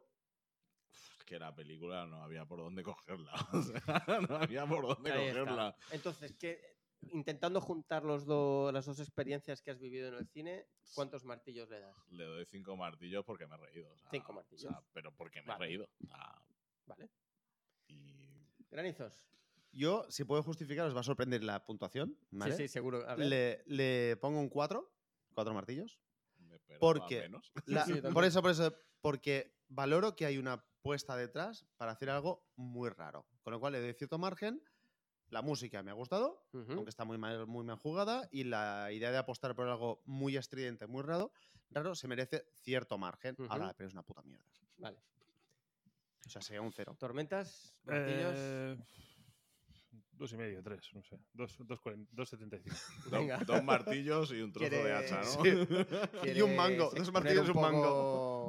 uf, Es que la película no había por dónde [laughs] cogerla. O sea, no había por dónde
Ahí está.
cogerla.
Entonces, que intentando juntar los do- las dos experiencias que has vivido en el cine, ¿cuántos martillos le das?
Le doy cinco martillos porque me he reído. o sea,
Cinco
o
martillos.
sea, pero porque me
Vale.
he reído. o sea,
¿Vale?
y
Granizos.
[laughs] yo, si puedo justificar, os va a sorprender la puntuación. ¿vale?
Sí, sí, seguro. A ver.
le, le pongo un 4, 4 martillos.
me esperaba
Porque-
menos.
La-
Sí,
por
también.
eso, por eso, porque valoro que hay una apuesta detrás para hacer algo muy raro. Con lo cual le doy cierto margen. La música me ha gustado,
Ujú.
aunque está muy mal, muy mal jugada, y la idea de apostar por algo muy estridente, muy raro, raro, se merece cierto margen. Ahora,
Ujú.
pero es una puta mierda.
Vale.
O sea, sería un cero.
Tormentas, martillos.
Eh, Dos y medio, tres, no sé. Dos, dos, cuaren- dos setenta y cinco.
Do-
Venga.
dos martillos y un trozo de
¿Quieres-
hacha, ¿no?
Sí.
[laughs]
y un mango,
¿Quieres
dos martillos y un
exponer
mango.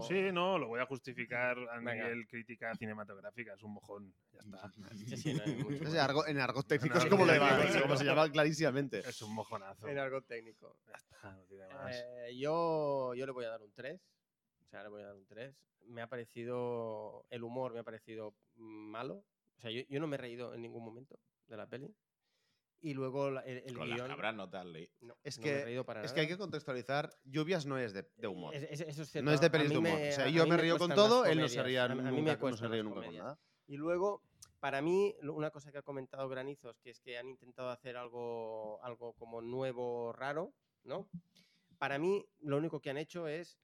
poco- [laughs]
Sí, no, lo voy a justificar a
Oh. Venga.
nivel crítica cinematográfica. Es un mojón. Ya
[laughs]
está.
Sí, sí, no hay mucho
[laughs] Es
más.
de argo- en argot técnico
En
es como,
argot
le va,
técnico.
como se llama clarísimamente.
Es un mojonazo.
En algo técnico.
Ya está, no tiene más.
Eh, yo, yo le voy a dar un 3. O sea, le voy a dar un 3. Me ha parecido. El humor me ha parecido malo. O sea, yo, yo no me he reído en ningún momento de la peli. Y luego la- el, el
[laughs] Con
guión.
las cabras no te has leído.
no,
Es
no me he
que-
reído para
Es
nada.
que hay que contextualizar. Lluvias no es de, de humor.
Es- es- eso es cierto.
No es de
A
pelis
mí
de humor.
me-
o
a
sea, yo
mí
me río con
cuestan
todo,
las
él no se
comedias.
ría
A- a mí
nunca,
me
no se
cuestan
ríe
las
nunca con
comedias.
nada.
Y luego, para mí, lo- una cosa que ha comentado Granizos, que es que han intentado hacer algo, algo como nuevo, raro, ¿no? Para mí, lo único que han hecho es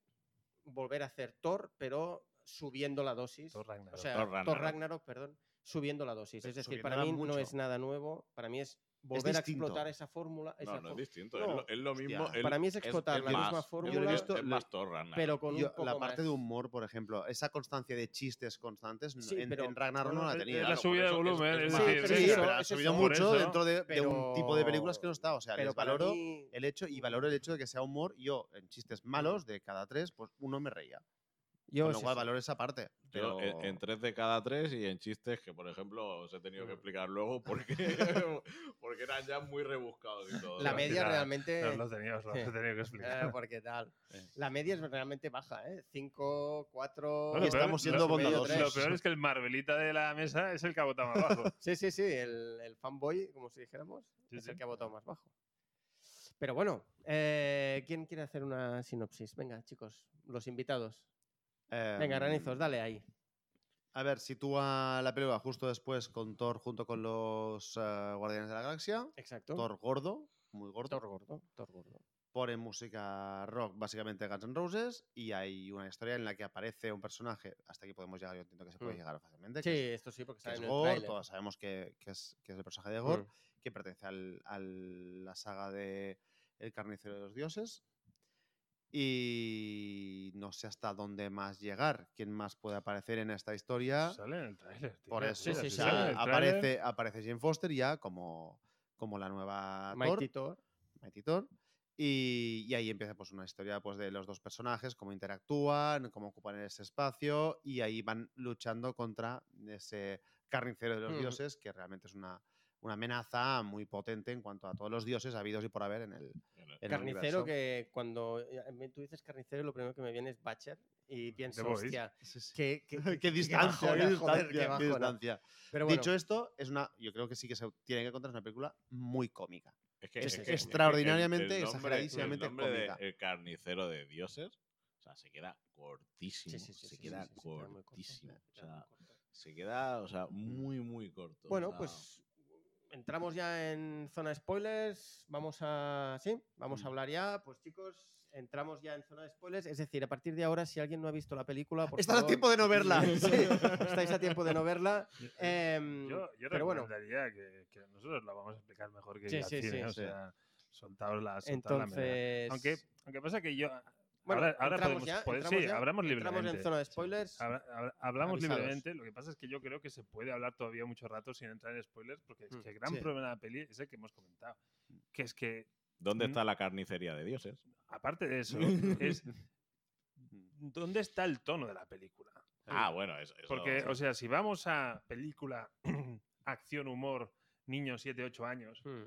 volver a hacer Thor, pero subiendo la dosis.
Thor Ragnarok.
O sea,
Thor
Thor
Ragnarok.
Ragnarok, perdón, subiendo la dosis.
Pero
Es decir, para mí
subiéndola
no
mucho.
es nada nuevo, para mí es volver a
distinto.
explotar esa fórmula, esa
No, no es
fór-
distinto.
No,
es, lo, es lo mismo.
hostia.
Para mí es explotar la misma fórmula.
Yo lo he visto.
Yo-
Es más torra,
pero con
Yo-
un poco
la parte
más.
de humor, por ejemplo, esa constancia de chistes constantes no-
Sí,
en,
pero-
en Ragnarok no
bueno,
la
es-
tenía.
es
claro,
la
por
subida de
eso es-
volumen.
es
Es,
más-
decir, eh,
Sí,
es-
eso,
pero ha
es eso.
subido
Por
mucho
eso,
dentro de, de
pero-
un tipo de películas que no está. O sea,
Pero
les
para
valoro
mí-
el hecho y valoro el hecho de que sea humor. Yo, en chistes malos, de cada tres, pues uno me reía.
Yo
Con lo
es
cual
eso.
valoro esa parte.
Yo eh,
Pero...
en, en tres de cada tres y en chistes que, por ejemplo, os he tenido que
Mm.
explicar luego
[laughs]
porque, [laughs] porque eran ya muy rebuscados y todo.
La
Al
media
final, [laughs]
realmente.
os lo
[laughs]
tenía, os lo
Sí.
he tenido que explicar.
Eh, porque tal. La media es realmente baja, ¿eh? 5, 4.
Bueno, lo peor-
estamos siendo
lo-
medio
bondadosos.
tres.
Lo peor es que el Marvelita de la mesa es el que ha votado más
[laughs]
bajo.
Sí, sí, sí. El, el fanboy, como si dijéramos,
Sí,
es
sí.
el que ha votado más bajo. Pero bueno, eh, ¿quién quiere hacer una sinopsis? Venga, chicos, los invitados.
Eh,
Venga, Ranizos, dale ahí.
A ver, sitúa la película justo después con Thor junto con los eh, Guardianes de la Galaxia.
Exacto.
Thor gordo, muy gordo.
Thor gordo. Thor gordo.
Pone música rock, básicamente Guns N' Roses, y hay una historia en la que aparece un personaje. Hasta aquí podemos llegar, yo entiendo que se puede
Mm.
llegar fácilmente.
Sí,
que es-
esto sí, porque
que
sale
es
en el
Gore,
tráiler.
todos sabemos que, que es, que es el personaje de
Mm.
Gore, que pertenece al- a la saga de El Carnicero de los Dioses. Y no sé hasta dónde más llegar, quién más puede aparecer en esta historia.
Sale en el tráiler. tío.
Ah. Por eso,
sí, sí,
o
si
sea,
sale en
sale en el tráiler,
aparece, aparece Jane Foster ya como, como la nueva
Mighty
Thor,
Thor.
Mighty Thor, Y, y ahí empieza pues, una historia pues, de los dos personajes, cómo interactúan, cómo ocupan ese espacio, y ahí van luchando contra ese carnicero de los
Ujú.
dioses, que realmente es una, una amenaza muy potente en cuanto a todos los dioses habidos y por haber en el,
Bueno,
en el
Carnicero
universo.
que cuando eh, me- tú dices carnicero lo primero que me viene es Butcher
Pues
y pienso,
Boys.
hostia,
Sí, sí.
qué, [laughs] qué,
[laughs] Qué,
qué- qué
distancia,
bajona,
qué
joder, qué
distancia, qué
bajona.
distancia.
Pero bueno,
Dicho esto, es una, yo creo que sí que se tiene que contar, es una película muy cómica.
Es que,
Es
que- el-
extraordinariamente,
nombre-
exageradísamente
el nombre de
cómica.
el carnicero de dioses, o sea, se queda
sí,
cortísimo.
sí, sí,
se
sí,
queda
sí, sí, se queda muy corto, se
cortísimo. o
queda muy
sea,
corto.
se queda, o sea, muy, muy corto. o
bueno,
sea,
pues entramos ya en zona spoilers, vamos a sí, vamos
Mm.
a hablar ya, pues chicos, entramos ya en zona de spoilers, es decir, a partir de ahora si alguien no ha visto la película, por
Estás a
favor,
tiempo de no verla.
[laughs]
[laughs]
sí, estáis a tiempo de no verla.
Yo-
em,
Yo, yo
pero bueno,
recomendaría que, que nosotros la vamos a explicar mejor que
Sí,
ir al
sí,
cine,
sí,
o
sí.
sea, soltaos la, soltaos la melena.
entonces
Aunque, aunque pasa que yo.
Bueno,
ahora ahora
entramos
podemos.
ya,
poder-
entramos
sí,
ya,
hablamos
entramos
libremente.
en zona de spoilers.
Habla- habla- hablamos
Avisados.
libremente. Lo que pasa es que yo creo que se puede hablar todavía mucho rato sin entrar en spoilers, porque es
Mm,
que el gran
sí.
problema de la peli es el que hemos comentado. Que es que,
¿dónde
mm.
está la carnicería de dioses?
aparte de eso, es. ¿Dónde está el tono de la película?
Ah, bueno, eso. eso-
Porque, o sea, si vamos a película, [clears throat] acción, humor, niños 7, 8 años,
Mm.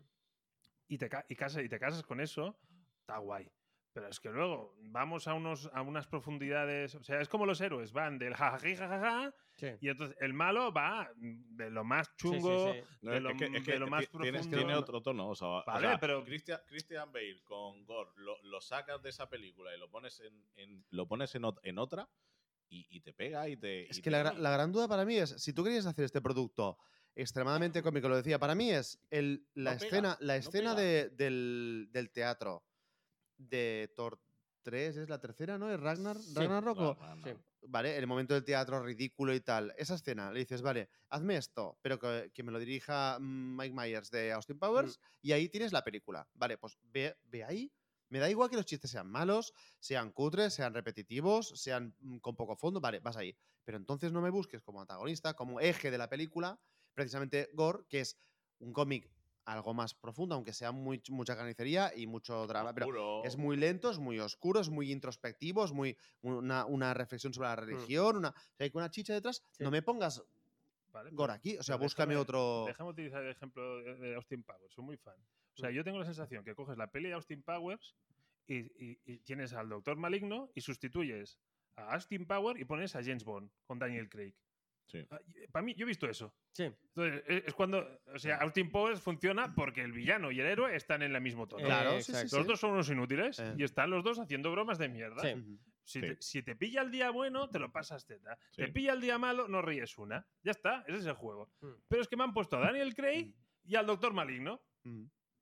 y te, ca- y casa- y te casas con eso, está guay. Pero es que luego vamos a, unos, a unas profundidades. O sea, es como los héroes, van del jajaji, jajaja,
Sí.
y entonces el malo va mm, de lo más
Sí, sí,
chungo.
sí.
No,
de
es
lo-
que- es
de
que
lo más
ti- tienes-
profundo.
Tiene otro tono. O sea, o
Vale,
sea,
pero-
Christian, Christian Bale con Gore lo, lo sacas de esa película y lo pones en, en- lo pones en, ot- en otra y, y te pega y te.
Es
y
que
te-
la, gra- la gran duda para mí es, si tú querías hacer este producto extremadamente cómico, lo decía, para mí es el, la
No pega,
escena, la
no
escena
pega.
de- del, del teatro de Thor 3, es la tercera, ¿no? ¿Es Ragnar,
Sí.
Ragnarok o-
No, no, no.
Sí.
Vale, el momento del teatro ridículo y tal. Esa escena, le dices, vale, hazme esto, pero que, que me lo dirija mm, Mike Myers de Austin Powers y ahí tienes la película. Vale, pues ve, ve ahí. Me da igual que los chistes sean malos, sean cutres, sean repetitivos, sean mm, con poco fondo, vale, vas ahí. Pero entonces no me busques como antagonista, como eje de la película, precisamente Gore, que es un cómic algo más profundo, aunque sea muy, mucha carnicería y mucho drama, pero
Oscuro.
Mm.
es muy lento, es muy oscuro, es muy introspectivo, es muy una, una reflexión sobre la religión, una, o sea, hay una chicha detrás.
Mm. Sí.
No me pongas
Vale, pero-
gore aquí, o sea,
pero
búscame
déjame-
otro.
Déjame utilizar el ejemplo de de Austin Powers, soy muy fan. O sea,
Mm.
yo tengo la sensación que coges la peli de Austin Powers y, y- y tienes al Doctor Maligno y sustituyes a Austin Powers y pones a James Bond con Daniel Craig. Para mí, yo he visto eso.
Sí.
Entonces, e, es, es cuando, o sea, Austin Powers funciona porque el villano y el héroe están en la mismo tono.
Claro,
Eh,
sí, sí,
exacto.
Los dos son unos inútiles
Eh.
y están los dos haciendo bromas de mierda.
Sí.
Ujú.
Si,
Sí.
te, si te pilla el día bueno, te lo pasas teta.
Sí.
Te pilla el día malo, no ríes una. Ya está, ese es el juego.
Mm.
Pero es que me han puesto a Daniel Craig y al Doctor Maligno.
Ujú.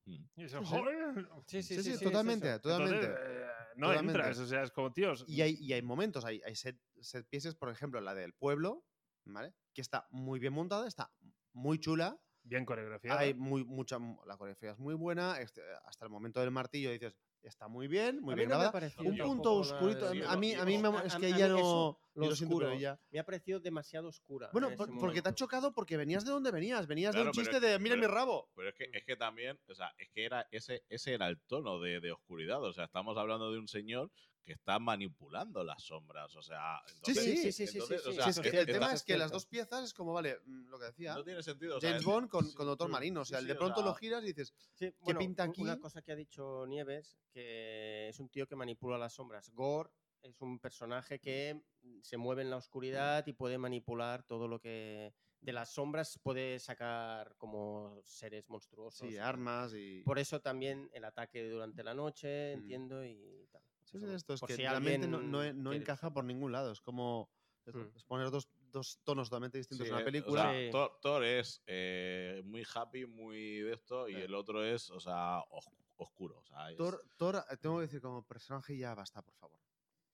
Mm.
Y eso,
Sí, sí.
joder.
Sí, sí,
Sí,
sí,
sí,
sí,
totalmente,
es eso.
totalmente.
Entonces, eh, no
Totalmente.
entras, o sea, es como tíos.
Y hay, y hay momentos, hay, hay set, set pieces, por ejemplo, la del pueblo, ¿vale? Que está muy bien montada, está muy chula.
Bien coreografiado. [laughs]
Hay muy, mucha, la coreografía es muy buena. este- hasta el momento del martillo dices, está muy bien, muy
A mí
bien
no me
grabada.
pareció
Un
tampoco
punto
la
oscurito.
del-
A mí, a mí
A-
me-
a-
es
a
que
mí
ya
eso,
no.
lo
yo lo siento, pero
oscuro.
ya-
Me ha parecido demasiado oscura. en
Bueno,
ese
por- porque te ha
momento.
chocado porque venías de donde venías. Venías de
Claro,
un
pero
chiste
es-
de mira mi
pero-
rabo.
Pero es que,
Mm.
es que también, o sea, es que era ese, ese era el tono de, de oscuridad. O sea, estamos hablando de un señor que está manipulando las sombras. O sea, entonces,
sí,
sí, sí, sí,
entonces,
sí,
o
sí.
sea,
Sí, es que el
está-
tema es que
cierto.
las dos piezas es como, vale, mm, lo que decía,
no tiene sentido. o sea,
James
es-
Bond con,
sí,
con Doctor
mm,
Marino. O sea,
sí,
de
sí, o
pronto
sea,
lo giras y dices,
Sí, bueno,
pinta
un- Una
aquí?
cosa que ha dicho Nieves, que es un tío que manipula las sombras. Gore es un personaje que se mueve en la oscuridad y puede manipular todo lo que de las sombras puede sacar como seres monstruosos.
sí, armas y.
Por eso también el ataque durante la noche,
Mm.
entiendo, y tal.
Sí,
Eso,
sí, esto es
por
que
si
realmente no, no-
alguien
no
quiere-
encaja por ningún lado. Es como es-
Mm.
es poner dos, dos tonos totalmente distintos
Sí,
en una
eh,
película.
O sea,
Sí.
Thor, Thor es eh, muy happy, muy de esto, y
Sí.
el otro es, o sea, os- oscuro. O sea, es-
Thor, Thor, eh, tengo que decir, como personaje ya basta, por favor.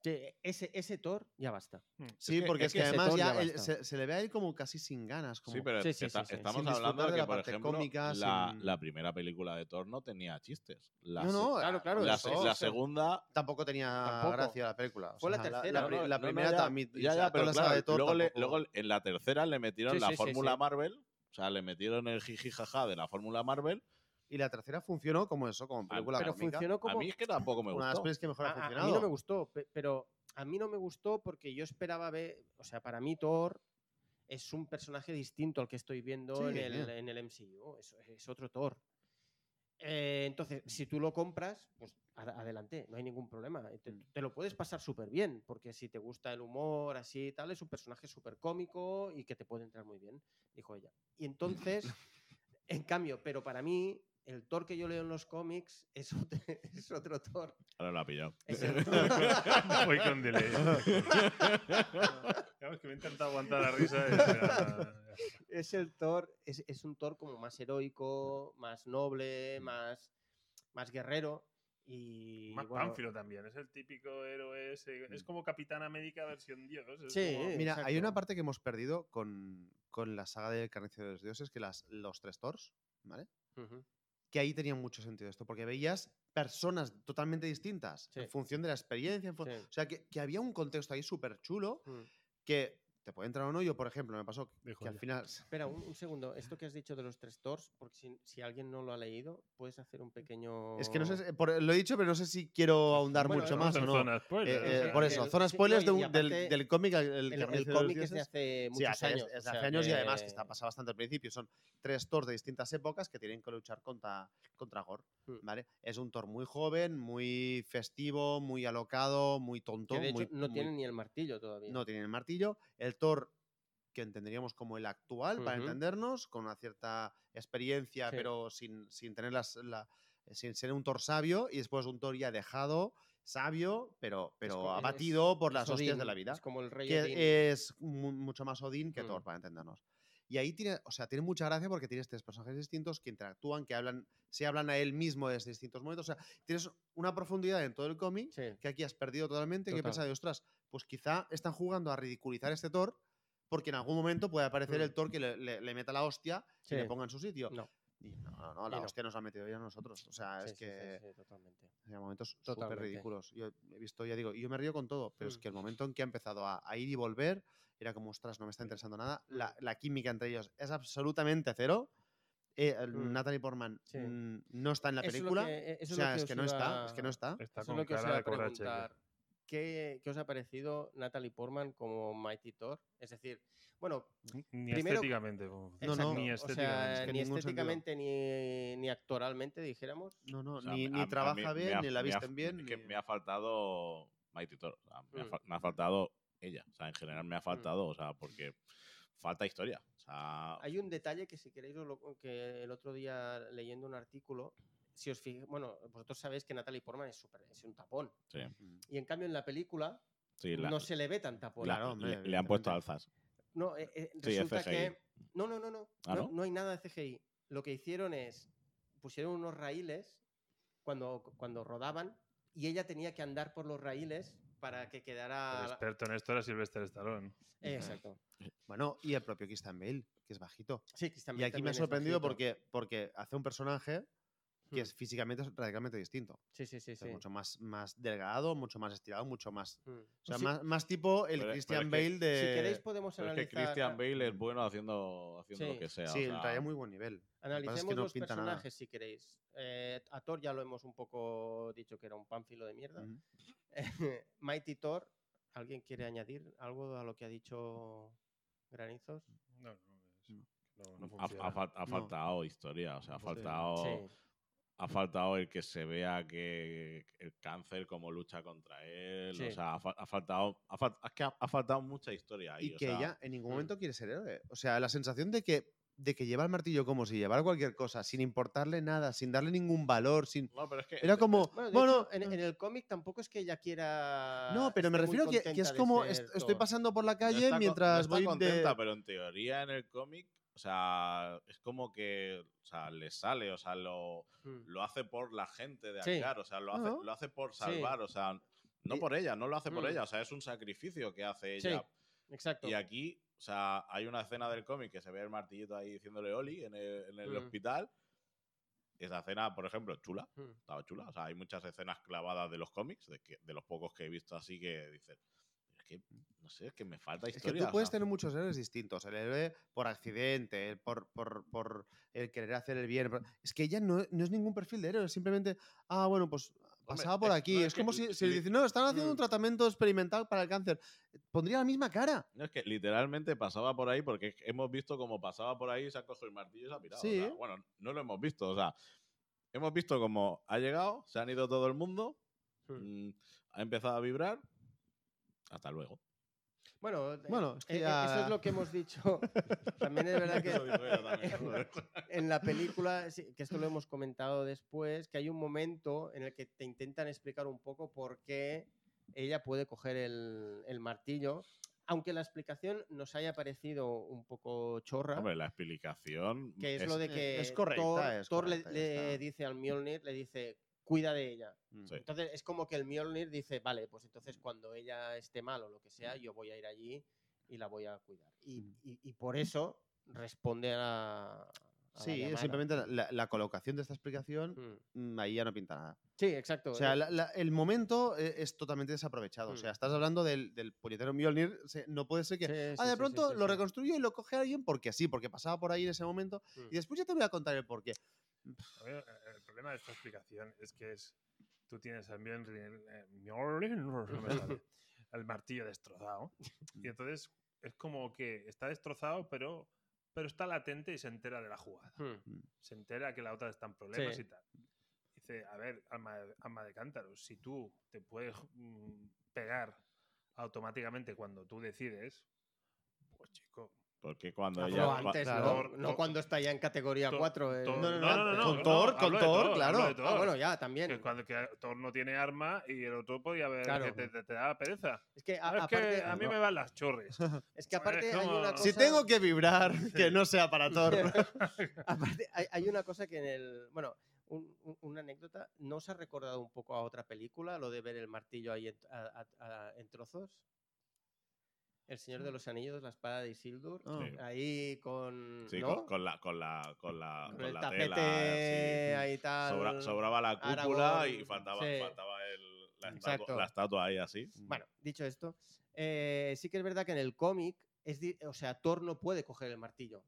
Sí,
e-,
ese, ese Thor ya basta.
Sí,
que-
porque
es
es que,
que ese
además
Thor
ya
ya
él-
basta.
se, se le ve a él como casi sin ganas. Como,
Sí, pero
Sí, sí,
está-
sí, sí.
estamos
Sin
hablando
disfrutar
de
de
que,
la
por
parte
ejemplo,
cómica,
la,
sin-
la primera película de Thor no tenía chistes. La,
no,
se-
no,
Claro, claro.
la,
eso,
se-
o
la
sea,
segunda
tampoco tenía
Tampoco.
gracia la película. o
Fue la
sea,
tercera,
La,
¿no?
pri- la
No, no,
primera
ya,
también.
ya, ya, pero claro, luego, le- luego
tampoco-
en la tercera le metieron
Sí,
la
sí, sí,
fórmula
sí.
Marvel. O sea, le metieron el jiji jaja de la fórmula Marvel.
Y la tercera funcionó como eso, como película
pero
cómica.
funcionó
A
como... Ah,
mí es que tampoco me
Una de las
gustó.
pelis que mejor ha
A- a-
funcionado.
A, mí no me gustó, pe- pero a mí no me gustó porque yo esperaba ver, o sea, para mí Thor es un personaje distinto al que estoy viendo
Sí,
en,
sí.
el, en el MCU, es, es otro Thor. Eh, entonces, si tú lo compras, pues ad- adelante, no hay ningún problema. Eh, Te,
Mm.
te lo puedes pasar súper bien, porque si te gusta el humor, así y tal, es un personaje súper cómico y que te puede entrar muy bien, dijo ella. Y entonces,
[laughs]
en cambio, pero para mí, el Thor que yo leo en los cómics es otro, [laughs] es otro Thor.
Ahora lo ha pillado.
Es el-
Voy con delay. [laughs] Digamos que me he intentado aguantar la risa. y
[laughs]
espera.
es el Thor, es, es un Thor como más heroico, más noble, más, más guerrero. Y
Más
bueno,
pánfilo también, es el típico héroe ese. Es como Capitán América versión Dios. es
Sí,
como-
eh.
Mm. Mira, hay una
Exacto.
parte que hemos perdido con, con la saga del Carnicero de los Dioses, que las, los tres Thors, ¿vale?
ujú,
Que ahí tenía mucho sentido esto, porque veías personas totalmente distintas en
Sí.
función de la experiencia. en fu-
Sí.
O sea, que, que había un contexto ahí súper chulo
mm.
que te puede entrar o no. Yo, por ejemplo, me pasó que
Dijo
al
ya.
final.
Espera, un, un segundo. Esto que has dicho de los tres Thors, porque si, si alguien no lo ha leído, puedes hacer un pequeño.
Es que no sé, si- por- lo he dicho, pero no sé si quiero ahondar
Bueno,
mucho
no
más
en
o no.
zona spoiler,
Eh,
pues, o
eh,
sea,
por
el-
eso,
el-
zona
sí, no,
spoiler
y
de un- del,
aparte,
del cómic. El, el
El, el
Carnicero de los
cómic es de
Dioses.
hace
Sí,
muchos
hace,
años.
es-
o
es de hace
sea
años y además que está
que-
pasa bastante al principio. Son tres Thors de distintas épocas que tienen que luchar contra, contra Gore.
Mm.
¿vale? Es un Thor muy joven, muy festivo, muy alocado, muy tonto.
que de hecho
muy-
no
muy-
tiene ni el martillo todavía.
no tiene el martillo. El Thor que entenderíamos como el actual, para
Ujú.
entendernos, con una cierta experiencia,
Sí.
pero sin, sin tener las, la- sin ser un Thor sabio, y después un Thor ya dejado, sabio, pero, pero
como- es-
abatido por
Es
las hostias de
Odín,
la vida
Es como el rey. Odín.
que es mu- mucho más Odín que
Mm.
Thor, para entendernos. Y ahí tiene, o sea, tiene mucha gracia porque tienes tres personajes distintos que interactúan, que hablan, se hablan a él mismo desde distintos momentos. O sea, tienes una profundidad en todo el cómic
Sí.
que aquí has perdido totalmente. Que he
Total.
pensado, ostras, pues quizá están jugando a ridiculizar este Thor porque en algún momento puede aparecer
Mm.
el Thor que le, le- le meta la hostia
Sí.
y le ponga en su sitio.
No.
Y no, no, no, la
Y no.
hostia nos la ha metido ya a nosotros. O
Sí,
sea, Ah, es
sí, sí,
que
sí, totalmente.
había momentos súper
Totalmente.
ridículos. Yo he visto, ya digo, y yo me río con todo, pero es
Mm.
que el momento en que ha empezado a, a ir y volver, era como, ostras, no me está interesando nada.
Mm.
La, la química entre ellos es absolutamente cero. Eh, el
Mm.
Natalie Portman
Sí.
mm, no está en la
Eso es lo
película.
que- eso
o
lo
sea, es
os
que no está, es
iba-
que no está.
Está
Eso
con
es lo que os
cara
iba
de
a
cobrar cheque.
preguntar. ¿Qué, qué os ha parecido Natalie Portman como Mighty Thor? Es decir, bueno,
Ni
Primero-
estéticamente. No,
No, no,
Ni
o sea,
estéticamente.
es que
ni
en ningún sentido.
estéticamente ni, ni actoralmente, dijéramos.
No, no,
O sea,
ni,
a-
ni
a mí
trabaja
me
bien,
ha-
ni la
me ha-
visten bien.
Es que
ni-
me ha faltado Mighty Thor. o sea, me, ha,
Mm.
Hmm. fa- me ha faltado ella. O sea, en general me ha faltado, o sea, porque falta historia. O sea,
Hay un detalle que si queréis, os lo- que el otro día leyendo un artículo, si os fijáis, bueno, vosotros sabéis que Natalie Portman es, súper- es un tapón.
sí,
Y en cambio en la película
sí, la-
no se le ve tan tapón.
la-
Claro, hombre,
le, le han puesto alzas.
No, eh, eh, resulta
CGI.
que... No, no, no, no.
Ah,
no,
¿no?
no hay nada de CGI. Lo que hicieron es, pusieron unos raíles cuando, cuando rodaban y ella tenía que andar por los raíles para que quedara... Eh,
El
la-
experto en esto era Sylvester Stallone.
Exacto.
Bueno, y el propio Christian Bale, que es bajito.
Sí, Christian
Y
Bale
aquí me
también
ha
es
sorprendido
bajito.
porque, porque hace un personaje que
Hmm.
es físicamente es radicalmente distinto.
Sí, sí, sí.
O sea,
sí.
mucho más, más delgado, mucho más estirado, mucho más. eh,
Mm.
O sea,
Sí,
más, más tipo el
Pero-
Christian
pero es
Bale
que-
de.
Si queréis podemos
Pero es que
analizar.
Christian
a-
Bale es bueno haciendo, haciendo
Sí.
lo que sea.
Sí,
o sea,
traía muy buen nivel. Lo que pasa es
Analicemos
que no
los
pinta nada.
personajes si queréis. Eh, a Thor ya lo hemos un poco dicho que era un pánfilo de mierda.
Ujú.
[laughs] Mighty Thor, ¿alguien quiere añadir algo a lo que ha dicho Granizos?
No, no, no, no
ha, ha
funciona.
fal- ha
No. Pues, eh,
faltado historia, o sea, ha
Sí.
faltado,
Sí.
ha faltado el que se vea que el cáncer como lucha contra él,
Sí.
o sea, ha, fal- ha faltado, ha, fal- es que ha, ha faltado mucha historia ahí.
Y
o
que
sea, hmm.
ella en ningún
Mm.
momento quiere ser héroe. O sea, la sensación de que, de que lleva el martillo como si llevara cualquier cosa, sin importarle nada, sin darle ningún valor, sin.
No, pero es que
Era
este-
como.
Bueno,
Bueno, mm.
de hecho, en, en el cómic tampoco es que ella quiera.
no, pero me
esté muy
refiero que, que
contenta
es
de
como.
ser
est- estoy
Thor.
pasando por la
no
calle
está con- no
mientras
está
voy
contenta,
de.
pero en teoría en el cómic, o sea, es como que, o sea, le sale, o sea, lo,
Mm.
lo hace por la gente de
Sí.
Asgard, o sea, lo hace,
Ajá.
lo hace por
Sí.
salvar, o sea, no
Y-
por ella, no lo hace por
Mm.
ella, o sea, es un sacrificio que hace
Sí,
ella.
exacto.
Y aquí, o sea, hay una escena del cómic que se ve el martillito ahí diciéndole Oli en el, en el
Mm.
hospital. Esa escena, por ejemplo, es chula,
Mm.
estaba chula. O sea, hay muchas escenas clavadas de los cómics, de, que- de los pocos que he visto así que dices, es que, no sé, es que me falta
Es que
historia.
tú
o
puedes
sea,
tener muchos héroes distintos. El héroe por accidente, el por, por, por el querer hacer el bien. por- Es que ella no, no es ningún perfil de héroe. Es simplemente, ah, bueno, pues pasaba por
es-
aquí.
no, es
es
que
como
l-
si, si le
li-
dicen, no, están haciendo
Mm.
un tratamiento experimental para el cáncer. Pondría la misma cara.
No, es que literalmente pasaba por ahí porque es que hemos visto como pasaba por ahí, y se ha cogido el martillo y se ha pirado. o
Sí.
sea, bueno, no lo hemos visto, o sea, hemos visto como ha llegado, se han ido todo el mundo,
Mm.
mm, ha empezado a vibrar, hasta luego.
Bueno, eh,
Bueno, es que
eh, eh, eso es
ya-
lo que hemos
[laughs]
dicho. También es verdad [laughs] que.
Eso digo yo también, joder.
en la película, sí, que esto lo hemos comentado después, que hay un momento en el que te intentan explicar un poco por qué ella puede coger el, el martillo, aunque la explicación nos haya parecido un poco chorra.
[laughs] Hombre, la explicación
que es, lo de
es-
que
es correcta,
Thor,
es
Thor le-
correcta, ya
le,
está.
dice al Mjolnir, le dice, cuida de ella.
Mm. Sí.
Entonces es como que el Mjolnir dice, vale, pues entonces cuando ella esté mal o lo que sea, yo voy a ir allí y la voy a cuidar. Y,
Mm.
y- y por eso responde a la... a la
Sí,
llamada.
simplemente la- la, la colocación de esta explicación,
Mm.
mm, ahí ya no pinta nada.
Sí, exacto.
O sea,
es-
la- la- el momento eh, es, totalmente desaprovechado. O
Mm.
sea, estás hablando del, del puñetero Mjolnir, se- no puede ser que...
sí, sí,
ah, de
sí,
pronto
sí, sí,
lo
sí.
reconstruyo y lo coge alguien porque sí, porque pasaba por ahí en ese momento.
Mm.
Y después ya te voy a contar el porqué.
A ver, eh, El problema de esta explicación es que es. Tú tienes al Mjolnir- eh, Mjolnir, no me sale,
[laughs]
al martillo destrozado.
Mm.
Y entonces es como que está destrozado, pero, pero está latente y se entera de la jugada.
Mm.
Se entera que la otra está en problemas
Sí.
y tal. Dice: A ver, alma, de- alma de cántaro, si tú te puedes mm, pegar automáticamente cuando tú decides, pues chico.
Porque cuando
Ah,
ella.
pero
cua-
antes,
claro.
¿no?
Thor-
no
Thor-
cuando está ya en categoría eh,
Thor-
4.
Thor-
Eh, no, no, no, con
no,
Thor,
hablo
con
de
Thor,
hablo de
claro. Ah,
Ah, bueno, ya, también.
Que cuando que Thor no tiene arma y el otro podía ver
Claro.
que te, te- te daba pereza.
Ah, Es que, a-
No, es que
aparte,
a mí me van las
[laughs]
churris.
es que aparte hay
como-
una cosa...
Si tengo que vibrar, [laughs] que no sea
[laughs]
para Thor.
Aparte, hay, hay una cosa que en el... Bueno, un- un- una anécdota. ¿No os ha recordado un poco a otra película lo de ver el martillo ahí en, a- a- a- en trozos? El Señor de los Anillos, la espada de Isildur.
Ah.
Sí.
Ahí con...
Sí,
¿no?
con, con la, con la, con la,
Con
Ah, con
el
la
tapete
tela. eh, sí.
ahí tal.
Sobra- sobraba la cúpula y
Aragorn,
faltaba,
sí.
faltaba el- la,
Exacto.
estatua, la estatua ahí así.
Bueno, dicho esto, eh, sí que es verdad que en el cómic, es di- o sea, Thor no puede coger el martillo.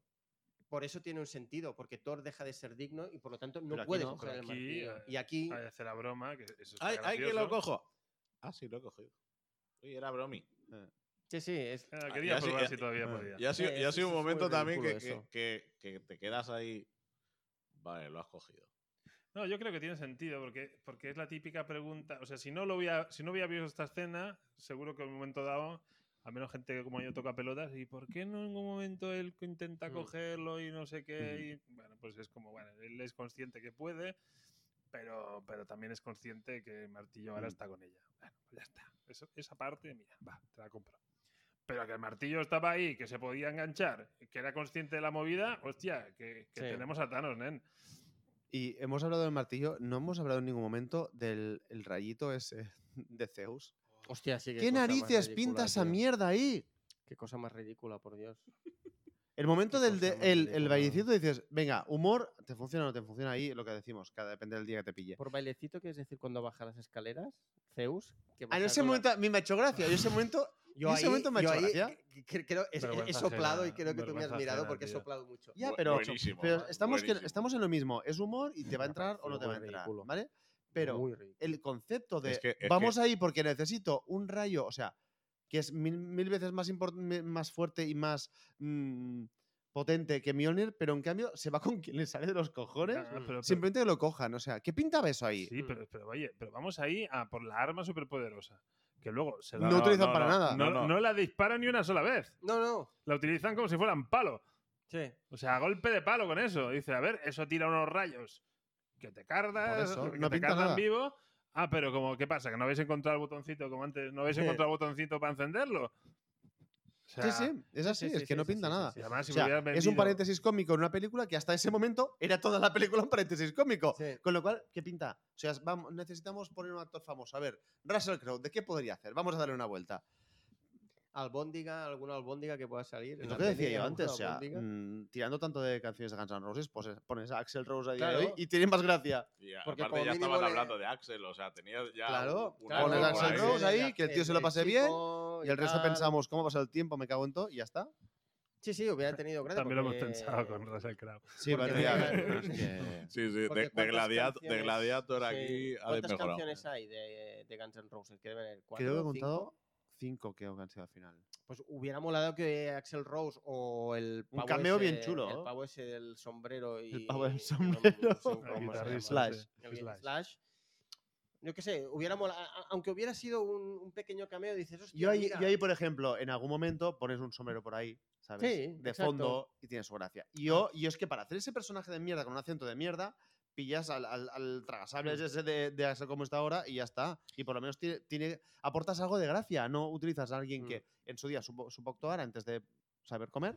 Por eso tiene un sentido, porque Thor deja de ser digno y por lo tanto no
Pero aquí
puede
no.
coger
Pero
el
aquí,
martillo.
eh,
Y aquí,
Ahí hace la broma. Que eso está
¡Ay, ay, que
gracioso.
lo cojo! Ah, sí, lo he cogido. Uy, era bromi.
sí, sí, es,
Ah, quería
Ya sí,
probar
ya-
si todavía
ah,
podía.
Y ha sido,
Sí,
y ha
eso-
sido un
eso es muy
momento también que,
ridículo
que, que- que te quedas ahí. Vale, lo has cogido.
No, yo creo que tiene sentido porque, porque es la típica pregunta. O sea, si no, lo hubiera, si no hubiera visto esta escena, seguro que en un momento dado al menos gente que como yo toca pelotas, ¿y por qué no en ningún momento él co- intenta
Mm.
cogerlo y no sé qué? Y, bueno, pues es como, bueno, él es consciente que puede, pero, pero también es consciente que Martillo ahora
Mm.
está con ella. Bueno, pues ya está. Eso- esa parte, mira, va, te la compro. Pero que el martillo estaba ahí, que se podía enganchar, que era consciente de la movida, hostia, que, que
Sí.
tenemos a Thanos, nen.
Y hemos hablado del martillo, no hemos hablado en ningún momento del el rayito ese de Zeus.
Hostia, sí que
¿Qué
cosa más
narices
ridícula,
pinta esa
tío.
mierda ahí?
Qué cosa más ridícula, por Dios.
El momento
Qué
del
cosa
de-
más
el, el
ridícula.
bailecito dices, venga, humor, te funciona o no te funciona ahí, lo que decimos, cada depende del día que te pille.
Por bailecito, que es decir, cuando baja las escaleras, Zeus. Que
Ah,
baja
en ese
con la-
momento a mí me ha hecho gracia, yo en ese momento,
[laughs]
Yo
en ese momento me ha
yo
hecho
ahí
gracia.
c- c- creo- es- he- he
Vergüenza
soplado y
ajena,
creo que tú me has
vergüenza
mirado
ajena,
porque he
tío.
soplado mucho.
ya,
Bu-
pero,
buenísimo,
pero
man,
estamos, que,
buenísimo.
estamos en lo mismo, es humor y te va a
Me
entrar o
parece
no te va a
muy
entrar,
ridículo.
¿vale? Pero
Muy ridículo.
el concepto de
Es que- es
vamos ahí porque necesito un rayo, o sea, que es mil, mil veces más, import- me- más fuerte y más mm, potente que Mjolnir, pero en cambio se va con quien le sale de los cojones.
Ah, pero- pero-
Simplemente que lo cojan, o sea, ¿qué pintaba eso ahí?
Sí,
Mm.
pero, pero oye, pero vamos ahí a por la arma superpoderosa. Que luego se
No,
la,
No, no,
utilizan
no,
para
no,
nada.
no,
no.
no la disparan ni una sola vez.
No, no.
La utilizan como si fueran palo.
Sí.
O sea, golpe de palo con eso. Dice, a ver, eso tira unos rayos que te cargas,
eso,
que
no
te
pinta
cargan
nada.
vivo. Ah, pero como, ¿qué pasa? ¿Que no habéis encontrado el botoncito como antes? ¿No habéis
Sí.
encontrado el botoncito para encenderlo? O sea,
sí, sí, es
sí,
así, es
sí,
que
sí,
no
sí,
pinta
sí, sí,
nada.
sí.
y además, si
O
me
sea,
hubieras
es un
vendido-
paréntesis cómico en una película que hasta ese momento era toda la película un paréntesis cómico.
sí.
Con lo cual, ¿qué pinta? O sea, es- vamos, necesitamos poner un actor famoso. A ver, Russell Crowe, ¿de qué podría hacer? Vamos a darle una vuelta.
Albóndiga, alguna albóndiga que pueda salir.
Es
en
lo
la
que decía
peli,
yo
alguna
antes, o sea,
albóndiga.
mm, tirando tanto de canciones de Guns N' Roses, pues eh, pones a Axel Rose a día de hoy
Claro.
y tiene más gracia.
Y
Porque
aparte
como
ya
mínimo
estaban
le-
hablando de Axel, o sea, tenía ya
Claro,
un-
claro.
una
Poner
fórmula
a Axl
ahí.
Rose ahí, que el tío se lo pase bien,
chico
Y el resto
tal.
pensamos, ¿cómo pasa el tiempo? Me cago en todo y ya está.
Sí, sí, hubiera tenido gracia.
También lo hemos
porque-
pensado con Russell Crowe.
Sí,
Porque-
vale, ya,
[laughs]
pero [laughs] es que-
Sí, sí, de,
Porque
de
¿cuántas
Gladiator, de
canciones-
Gladiator aquí
sí,
ha
¿Cuántas
desmejorado.
canciones hay de, de Guns N' Roses? Que deben haber cuatro
Creo que he
o cinco.
contado cinco creo que han sido al final.
Pues hubiera molado que Axel Rose o el
Un
pavo
cameo
ese-
bien chulo,
El
¿no?
pavo ese del sombrero y.
El pavo del
y- que
sombrero.
[laughs] No, me- no sé
El
cómo se
guitarrista,
llama.
Slash.
sí.
El
Slash.
Slash. Yo qué sé, hubiera mola- a- a- aunque hubiera sido un, un pequeño cameo, dices, hostia,
Yo ahí,
mira".
yo ahí, por ejemplo, en algún momento pones un sombrero por ahí, ¿sabes?
Sí,
de
exacto.
fondo y tiene su gracia. Y yo, y es que para hacer ese personaje de mierda con un acento de mierda, pillas al, al, al tragasables
Mm.
ese de, de Axel como está ahora y ya está. Y por lo menos tiene, tiene- aportas algo de gracia, no utilizas a
Mm.
alguien que en su día supo, supo actuar antes de saber comer.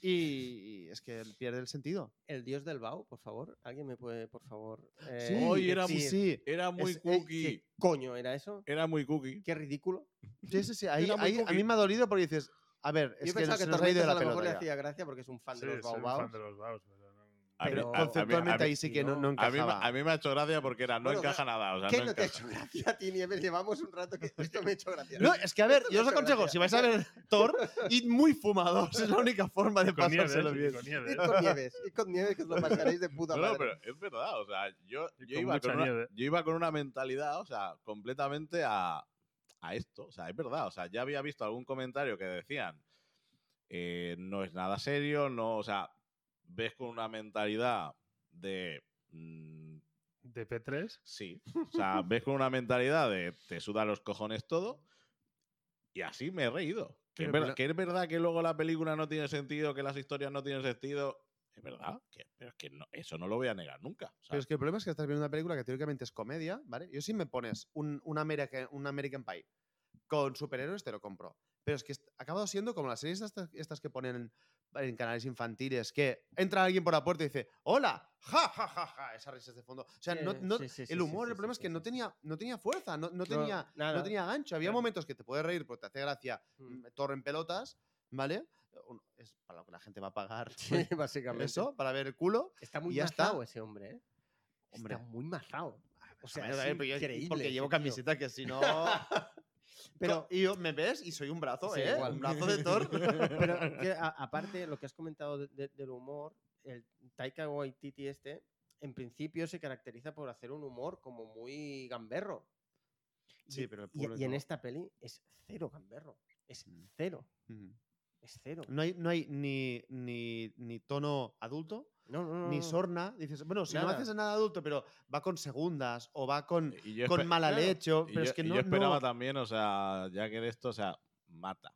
Y, y es que pierde el sentido.
El dios del Bau, por favor. ¿Alguien me puede, por favor?
Sí,
eh,
Hoy era
sí,
muy-
decir
sí.
Era muy
es- eh,
cookie.
¿Qué coño era eso?
Era muy cookie.
Qué ridículo.
Sí, sí, sí, ahí-
Era muy
ahí a mí
cookie.
me ha dolido porque dices, a ver, es
yo
que
pensaba
nos,
que
se nos ha ido de
Tormentas
la
a lo mejor le
pelota. ya.
hacía gracia porque es un fan
Sí,
de los
soy
Bau
un
Baus.
fan de los Baus, pero no-
A mí-
Pero
a- a mí-
Conceptualmente
a mí-
ahí sí que no, no
a mí,
encajaba.
a mí me ha hecho gracia porque era, no
Bueno,
encaja nada. O sea,
¿Qué
no
no te ha
encaja.
hecho gracia, Nieves? Llevamos un rato que esto me ha hecho gracia.
No, es que a ver,
Esto me
yo os
hace
aconsejo,
gracia.
si vais a
[laughs]
ver Thor, id muy fumados, es la única forma
[laughs]
de
Con nieves,
pasárselo
y
bien.
con ¿eh? nieves.
Id con nieves, id con nieves que os lo pasaréis de puta
No,
madre.
no, pero es verdad, o sea, yo,
Y
yo
con
iba,
mucha
con una,
nieve.
yo iba con una mentalidad, o sea, completamente a, a esto, o sea, es verdad, o sea, ya había visto algún comentario que decían, eh, no es nada serio, no, o sea, ves con una mentalidad de, mm,
De P3.
sí, o sea, ves con una mentalidad de, te suda los cojones todo, y así me he reído. Que es,
Pero-
ver-
pero-
que es verdad que luego la película no tiene sentido, que las historias no tienen sentido. Es verdad, que, pero es que no- eso no lo voy a negar nunca. o sea,
Pero es que el problema es que estás viendo una película que teóricamente es comedia, ¿vale? Yo si me pones un, un, America- un American Pie con superhéroes, te lo compro. Pero es que est- ha acabado siendo como las series estas, estas que ponen en, en canales infantiles, que entra alguien por la puerta y dice, hola, ja, ja, ja, ja, esas risas de fondo. O sea, no-
Sí,
no-
sí, sí, sí,
el humor,
sí,
el
sí,
problema
sí,
es que
sí,
no
sí.
tenía, no tenía fuerza, no, no tenía,
nada.
no tenía gancho. Había
Claro.
momentos que te puedes reír porque te hace gracia
Mm.
torre en pelotas, ¿vale? Un- Es para lo que la gente va a pagar
[laughs] Sí,
[laughs]
básicamente.
eso, para ver el culo.
Está muy
Y ya está.
mazao ese hombre, ¿eh?
Hombre.
Está muy mazao. O sea,
A ver, a
es
ver, pero pues, yo-
increíble.
porque llevo
ese tío.
camiseta
[laughs]
que si no...
Pero-
pero y yo, me ves y soy un brazo,
Sí,
¿eh?
igual.
Un brazo
[laughs]
de Thor. [laughs]
Pero que a- aparte, lo que has comentado de- de- del humor, el Taika Waititi este, en principio se caracteriza por hacer un humor como muy gamberro.
Sí,
Y-
pero el
y- y, en
público-
esta peli es cero gamberro. Es
Mm.
cero.
Ujú.
Es cero.
No hay, no hay ni, ni, ni tono adulto,
No, no, no,
ni
no.
sorna. Dices, bueno, si no
Nada.
haces nada adulto, pero va con segundas o va con,
Y yo
con
espe-
mal al
claro.
hecho.
y
Pero
yo,
es que
y
no.
yo esperaba
no.
también, o sea, ya que de esto, o sea, mata.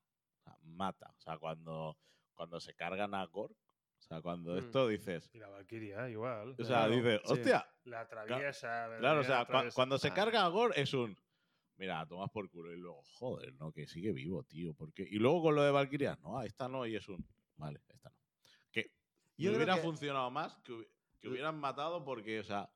mata. O sea, cuando, cuando se cargan a Gork, o sea, cuando
Mm.
esto dices,
Y la Valkyria, igual.
o sea,
Claro,
dices,
sí.
hostia,
la atraviesa.
claro, o
la
sea, cua-
atraviesa.
cuando se
Ah.
carga a Gork es un, mira, tomas por culo y luego, joder, no, que sigue vivo, tío, porque y luego con lo de Valkyria, no, ah, esta no y es un, vale, esta no. Que
Yo
me
creo
hubiera
que-
funcionado más que, hubi- que hubieran matado porque, o sea,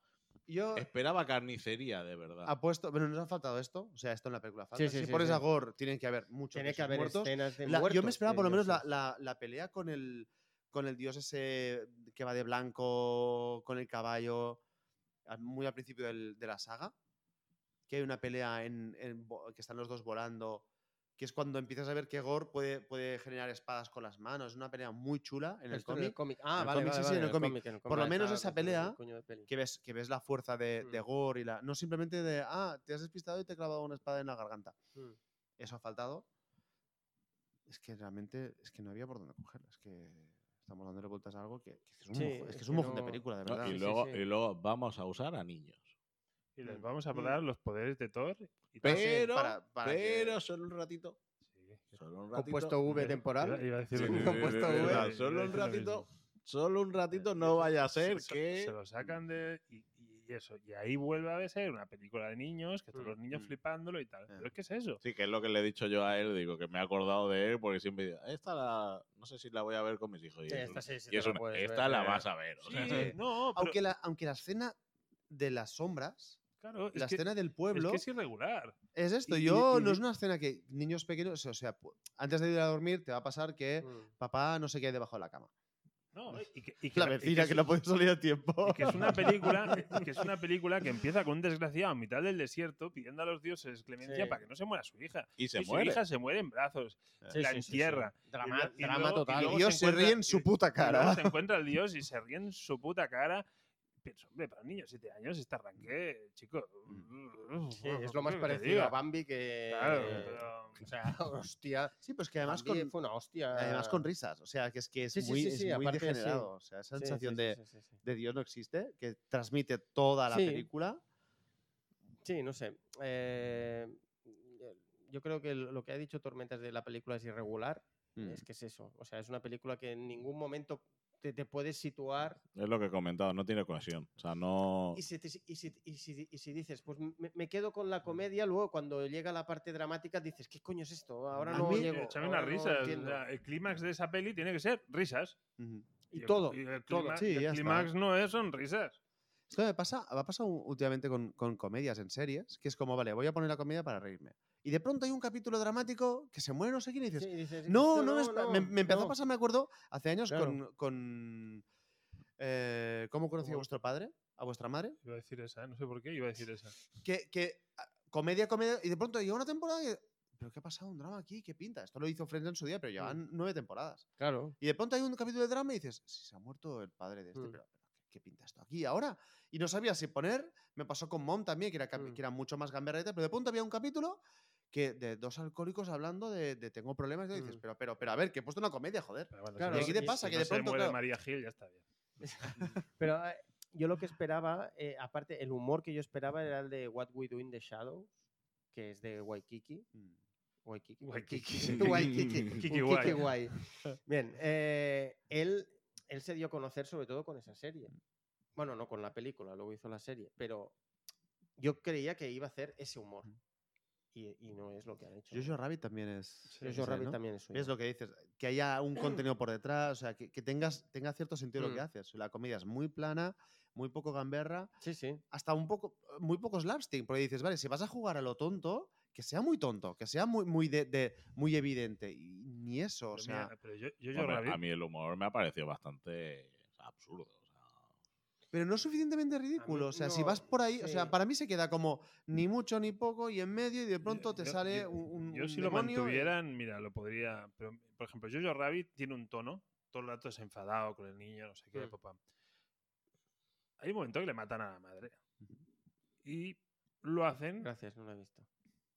Yo
esperaba carnicería de verdad.
apuesto, pero nos ha faltado esto, o sea, esto en la película falta.
sí,
si
sí,
pones
sí.
a Gore, tienen que haber muchos de
Tiene que
esos
haber este
muertos.
escenas de
La-
muertos.
yo me esperaba por lo
sí,
menos
yo
la,
sé.
la- la pelea con el, con el dios ese que va de blanco, con el caballo, al- muy al principio del- de la saga. Que hay una pelea en, en vo- que están los dos volando, que es cuando empiezas a ver que Gore puede, puede generar espadas con las manos. Es una pelea muy chula en el
Esto en
cómic.
el cómic. Ah,
el
vale,
cómic, sí,
vale,
sí,
vale,
en el cómic.
en el
Por lo
Vale,
menos
estaba
esa
confundido con
pelea-
coño de peli.
Que ves, que ves la fuerza de, de
Mm.
Gore y la. No simplemente de. Ah, te has despistado y te he clavado una espada en la garganta.
Mm.
Eso ha faltado. Es que realmente. Es que no había por dónde cogerla. Es que estamos dándole vueltas a algo que, que es un,
Sí,
mojón, es
es
que es
que
un mojón
no-
de película, de
¿no?
pues, verdad.
y,
sí,
luego,
sí.
y luego vamos a usar a niños.
Y les
Mm.
vamos a
Mm.
hablar los poderes de Thor. Y
Pero-
Sí,
Pero,
para- para
pero
que-
solo un ratito.
sí.
Solo un ratito.
Compuesto V
Iba-
temporal.
iba a decir
Sí,
lo
sí,
mismo.
sí,
compuesto
sí,
V.
verdad,
Iba a
Solo un
decir lo
ratito.
mismo.
Solo un ratito no vaya a ser
Se- se-
que.
Se lo sacan de. Y, y eso. Y ahí vuelve a ser una película de niños, que todos
Mm,
los niños
mm.
flipándolo y
Eh.
tal. ¿Pero qué es eso?
Sí, que es lo que le he dicho yo a él. Digo que me he acordado de él porque siempre digo, esta la. No sé si la voy a ver con mis hijos. Y
Sí,
es
esta
un-
sí, sí
y
te
es
la
un,
puedes
esta
ver.
la vas a ver. o sea,
Sí, no, pero,
Aunque, la, aunque la escena de las sombras,
claro, es
la
que-
escena del
es
pueblo,
que
es,
es irregular.
esto.
y- y-
Yo
y-
no es una escena que niños pequeños. O sea, pu- antes de ir a dormir te va a pasar que
Mm.
papá no sé qué hay debajo de la cama.
No,
[laughs]
y que, y que
La
y
vecina
es-
que no puede salir a tiempo.
y que es una película que- que es una película que empieza con un desgraciado en mitad del desierto pidiendo a los dioses clemencia
Sí.
para que no se muera su hija
y se
y su
muere.
hija se muere en brazos
Sí,
la
sí, sí, sí.
entierra
Drama,
y
drama
luego- y
total.
Y
luego
Dios
se
se,
encuentra-
ríe en su
y-
puta
Y luego
cara.
se
[laughs]
encuentra el dios y se ríe en su puta cara. Pienso, hombre, para un niño de 7 años este arranque, chico.
Mm. Sí, es lo más
¿qué Mm, te
parecido
digo?
a Bambi que. [laughs]
Claro, pero-
O sea, hostia.
Sí, pues que además
Bambi
con,
fue una hostia.
además con risas. O sea, que es que es
Sí, sí,
muy,
sí,
es
sí,
muy
aparte, sí.
degenerado. O sea, esa
Sí, sí,
sensación
sí,
de,
sí, sí, sí.
de Dios no existe, que transmite toda la
Sí.
película.
Sí, no sé. eh, yo creo que lo que ha dicho Tormentas de la película es irregular. Es que es eso. O sea, es una película que en ningún momento te, te puedes situar.
Es lo que he comentado, no tiene cohesión. O sea, no.
Y si, te- y si- y si- y si dices, pues me, me quedo con la comedia, luego cuando llega la parte dramática dices, ¿qué coño es esto? Ahora
A
no
mí-
llego.
Échame
ahora
unas
no
risas. o
entiendo".
sea, el clímax de esa peli tiene que ser risas.
Ujú.
y
el-
todo.
el
todo.
clímax-
Sí,
y
ya
el
está.
clímax no es, son risas.
Esto me pasa, me ha pasado últimamente con, con comedias en series, que es como, vale, voy a poner la comedia para reírme. Y de pronto hay un capítulo dramático que se muere no sé quién y dices,
Sí, y dices,
No,
"Esto
no, me, espa- me- me empezó
no".
a pasar, me acuerdo, hace años
Claro.
con. con, eh, ¿Cómo conocí a
Como-
vuestro padre? ¿A vuestra madre?
Iba a decir esa, no sé por qué iba a decir esa.
Que, que, ah, comedia, comedia. Y de pronto llegó una temporada que. ¿Pero qué ha pasado? ¿Un drama aquí? ¿Qué pinta? Esto lo hizo Friends en su día, pero llevan nueve temporadas.
Claro.
Y de pronto hay un capítulo de drama y dices, si se ha muerto el padre de este,
Mm.
pero, pero ¿qué, qué pinta esto aquí ahora? Y no sabía si poner, me pasó con Mom también, que era, capi-
Mm.
que era mucho más gamberreta, pero de pronto había un capítulo que de dos alcohólicos hablando de, de tengo problemas, y dices,
Mm.
pero, pero, pero a ver, que he puesto una comedia, joder.
Pero bueno,
Claro,
si
¿y
no-
qué te
si
pasa?
no
Que de
se
pronto,
muere
claro.
María Gil, ya está bien.
Pero eh, yo lo que esperaba, eh, aparte, el humor que yo esperaba era el de What We Do in the Shadows, que es de Waikiki.
Mm.
Waikiki.
Waikiki.
Waikiki.
Kiki
Waikiki
Guay.
guay. Bien, eh, él, él se dio a conocer sobre todo con esa serie. Bueno, no con la película, luego hizo la serie, pero yo creía que iba a hacer ese humor. Y, y no es lo que han hecho.
Jojo Rabbit también es.
Jojo
ese,
Rabbit
¿no?
también es suyo.
Es lo que dices, que haya un contenido por detrás, o sea, que, que tengas, tenga cierto sentido lo que
Mm.
haces. La comedia es muy plana, muy poco gamberra,
Sí, sí.
hasta un poco, muy poco slapstick, porque dices, vale, si vas a jugar a lo tonto, que sea muy tonto, que sea muy, muy, de, de- muy evidente. Y ni eso, o
Pero
sea.
mira, pero yo, yo, yo
Hombre,
Rabbit-
a mí el humor me ha parecido bastante o sea, absurdo. o sea.
Pero no es suficientemente ridículo, o sea, si
no,
vas por ahí, o
sí.
sea, para mí se queda como ni mucho ni poco y en medio y de pronto te
Mm. yo-
sale
yo-
un, un-
Yo
un
si lo
demonio y-
mantuvieran, mira, lo podría. Pero, por ejemplo, Jojo Rabbit tiene un tono, todo el rato es enfadado con el niño, no sé qué,
Mm.
papá. Hay un momento que le matan a la madre. Y lo hacen.
Gracias, no lo he visto.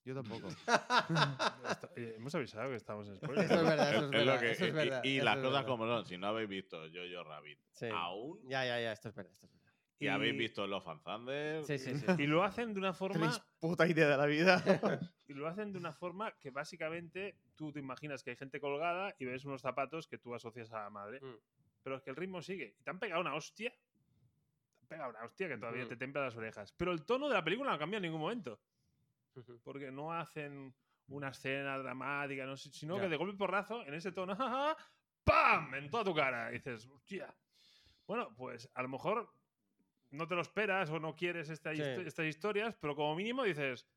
Yo tampoco.
Esto- eh, hemos avisado que estamos
[laughs]
en
Eso es
spoiler.
verdad, eso es
Es
verdad.
lo que-
eso es
y-
verdad,
y
eso
las
es
cosas Ah,
verdad.
como son. Si no habéis visto Jojo Rabbit
Sí.
aún,
Ya, ya, ya, esto es verdad, esto es verdad.
Y habéis visto los Fan Thunder.
Sí, sí, sí.
[laughs]
Y lo hacen de una forma
[laughs] Tenéis puta idea de la vida.
y lo hacen de una forma que básicamente tú te imaginas que hay gente colgada y ves unos zapatos que tú asocias a la madre.
Mm.
Pero es que el ritmo sigue. Y te han pegado una hostia. Te han pegado una hostia que todavía
Mm.
te templa las orejas. Pero el tono de la película no cambia en ningún momento. Porque no hacen una escena dramática, no sé, sino
Ya.
que de golpe y porrazo, en ese tono, [laughs] ¡ja, ja, ja! ¡pam! En toda tu cara. Y dices, hostia. Bueno, pues a lo mejor no te lo esperas o no quieres esta
Sí.
histo- estas historias, pero como mínimo dices,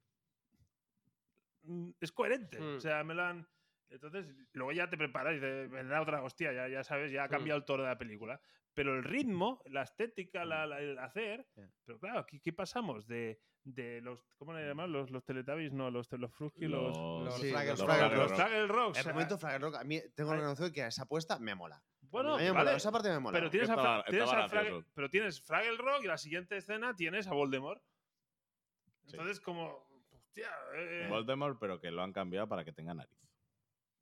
"Mm, es coherente.
Mm.
O sea, me lo han. Entonces, luego ya te preparas y dices, vendrá otra hostia, ya, ya sabes, ya ha
Mm.
cambiado el tono de la película. Pero el ritmo, la estética, la- la- el hacer.
Ya.
Pero claro, aquí ¿qué pasamos? De, de los. ¿Cómo le llaman? Los, los Teletubbies, no, los, los Fruski, los.
los
Sí,
Fraggle
los
Rock.
Fraggle
Los
Rock.
Fraggle Rock. [laughs] o
En el
sea,
momento, Fraggle Rock, a mí tengo que
Ay.
reconocer que esa apuesta me mola.
bueno,
a mí me
vale,
mola, esa parte me mola.
Pero tienes, a,
Estaba-
Fra- tienes
estaba
a Fraggle-
gracioso.
pero tienes Fraggle Rock y la siguiente escena tienes a Voldemort.
Sí.
Entonces, como. Hostia, eh,
Voldemort, pero que lo han cambiado para que tenga nariz.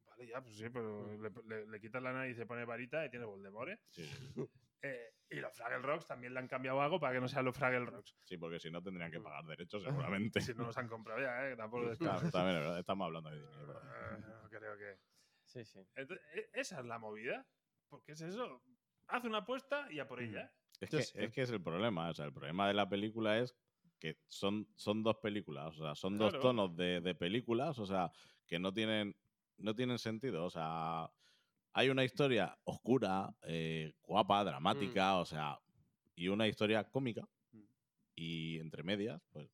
Vale, ya, pues sí,
Mm.
pero le, le- le quitas la nariz, se pone varita y tiene Voldemort. ¿eh?
Sí, sí, sí.
Eh, y los Fraggle Rocks también le han cambiado algo para que no sean los Fraggle Rocks.
Sí, porque si no tendrían
Mm.
que pagar derechos, seguramente.
Si no los han comprado ya, ¿eh? Tampoco es Eh,
Claro, también es verdad, estamos hablando de dinero. es verdad.
No creo que.
Sí, sí.
Entonces, e- esa es la movida. Porque es eso. Haz una apuesta y a por ella.
Es
Yo
que,
sé.
es que es el problema. O sea, el problema de la película es que son, son dos películas. O sea, son dos
Claro.
tonos de, de películas. O sea, que no tienen, no tienen sentido. O sea, hay una historia oscura, eh, guapa, dramática, o sea, y una historia cómica.
Mm.
Y entre medias, pues.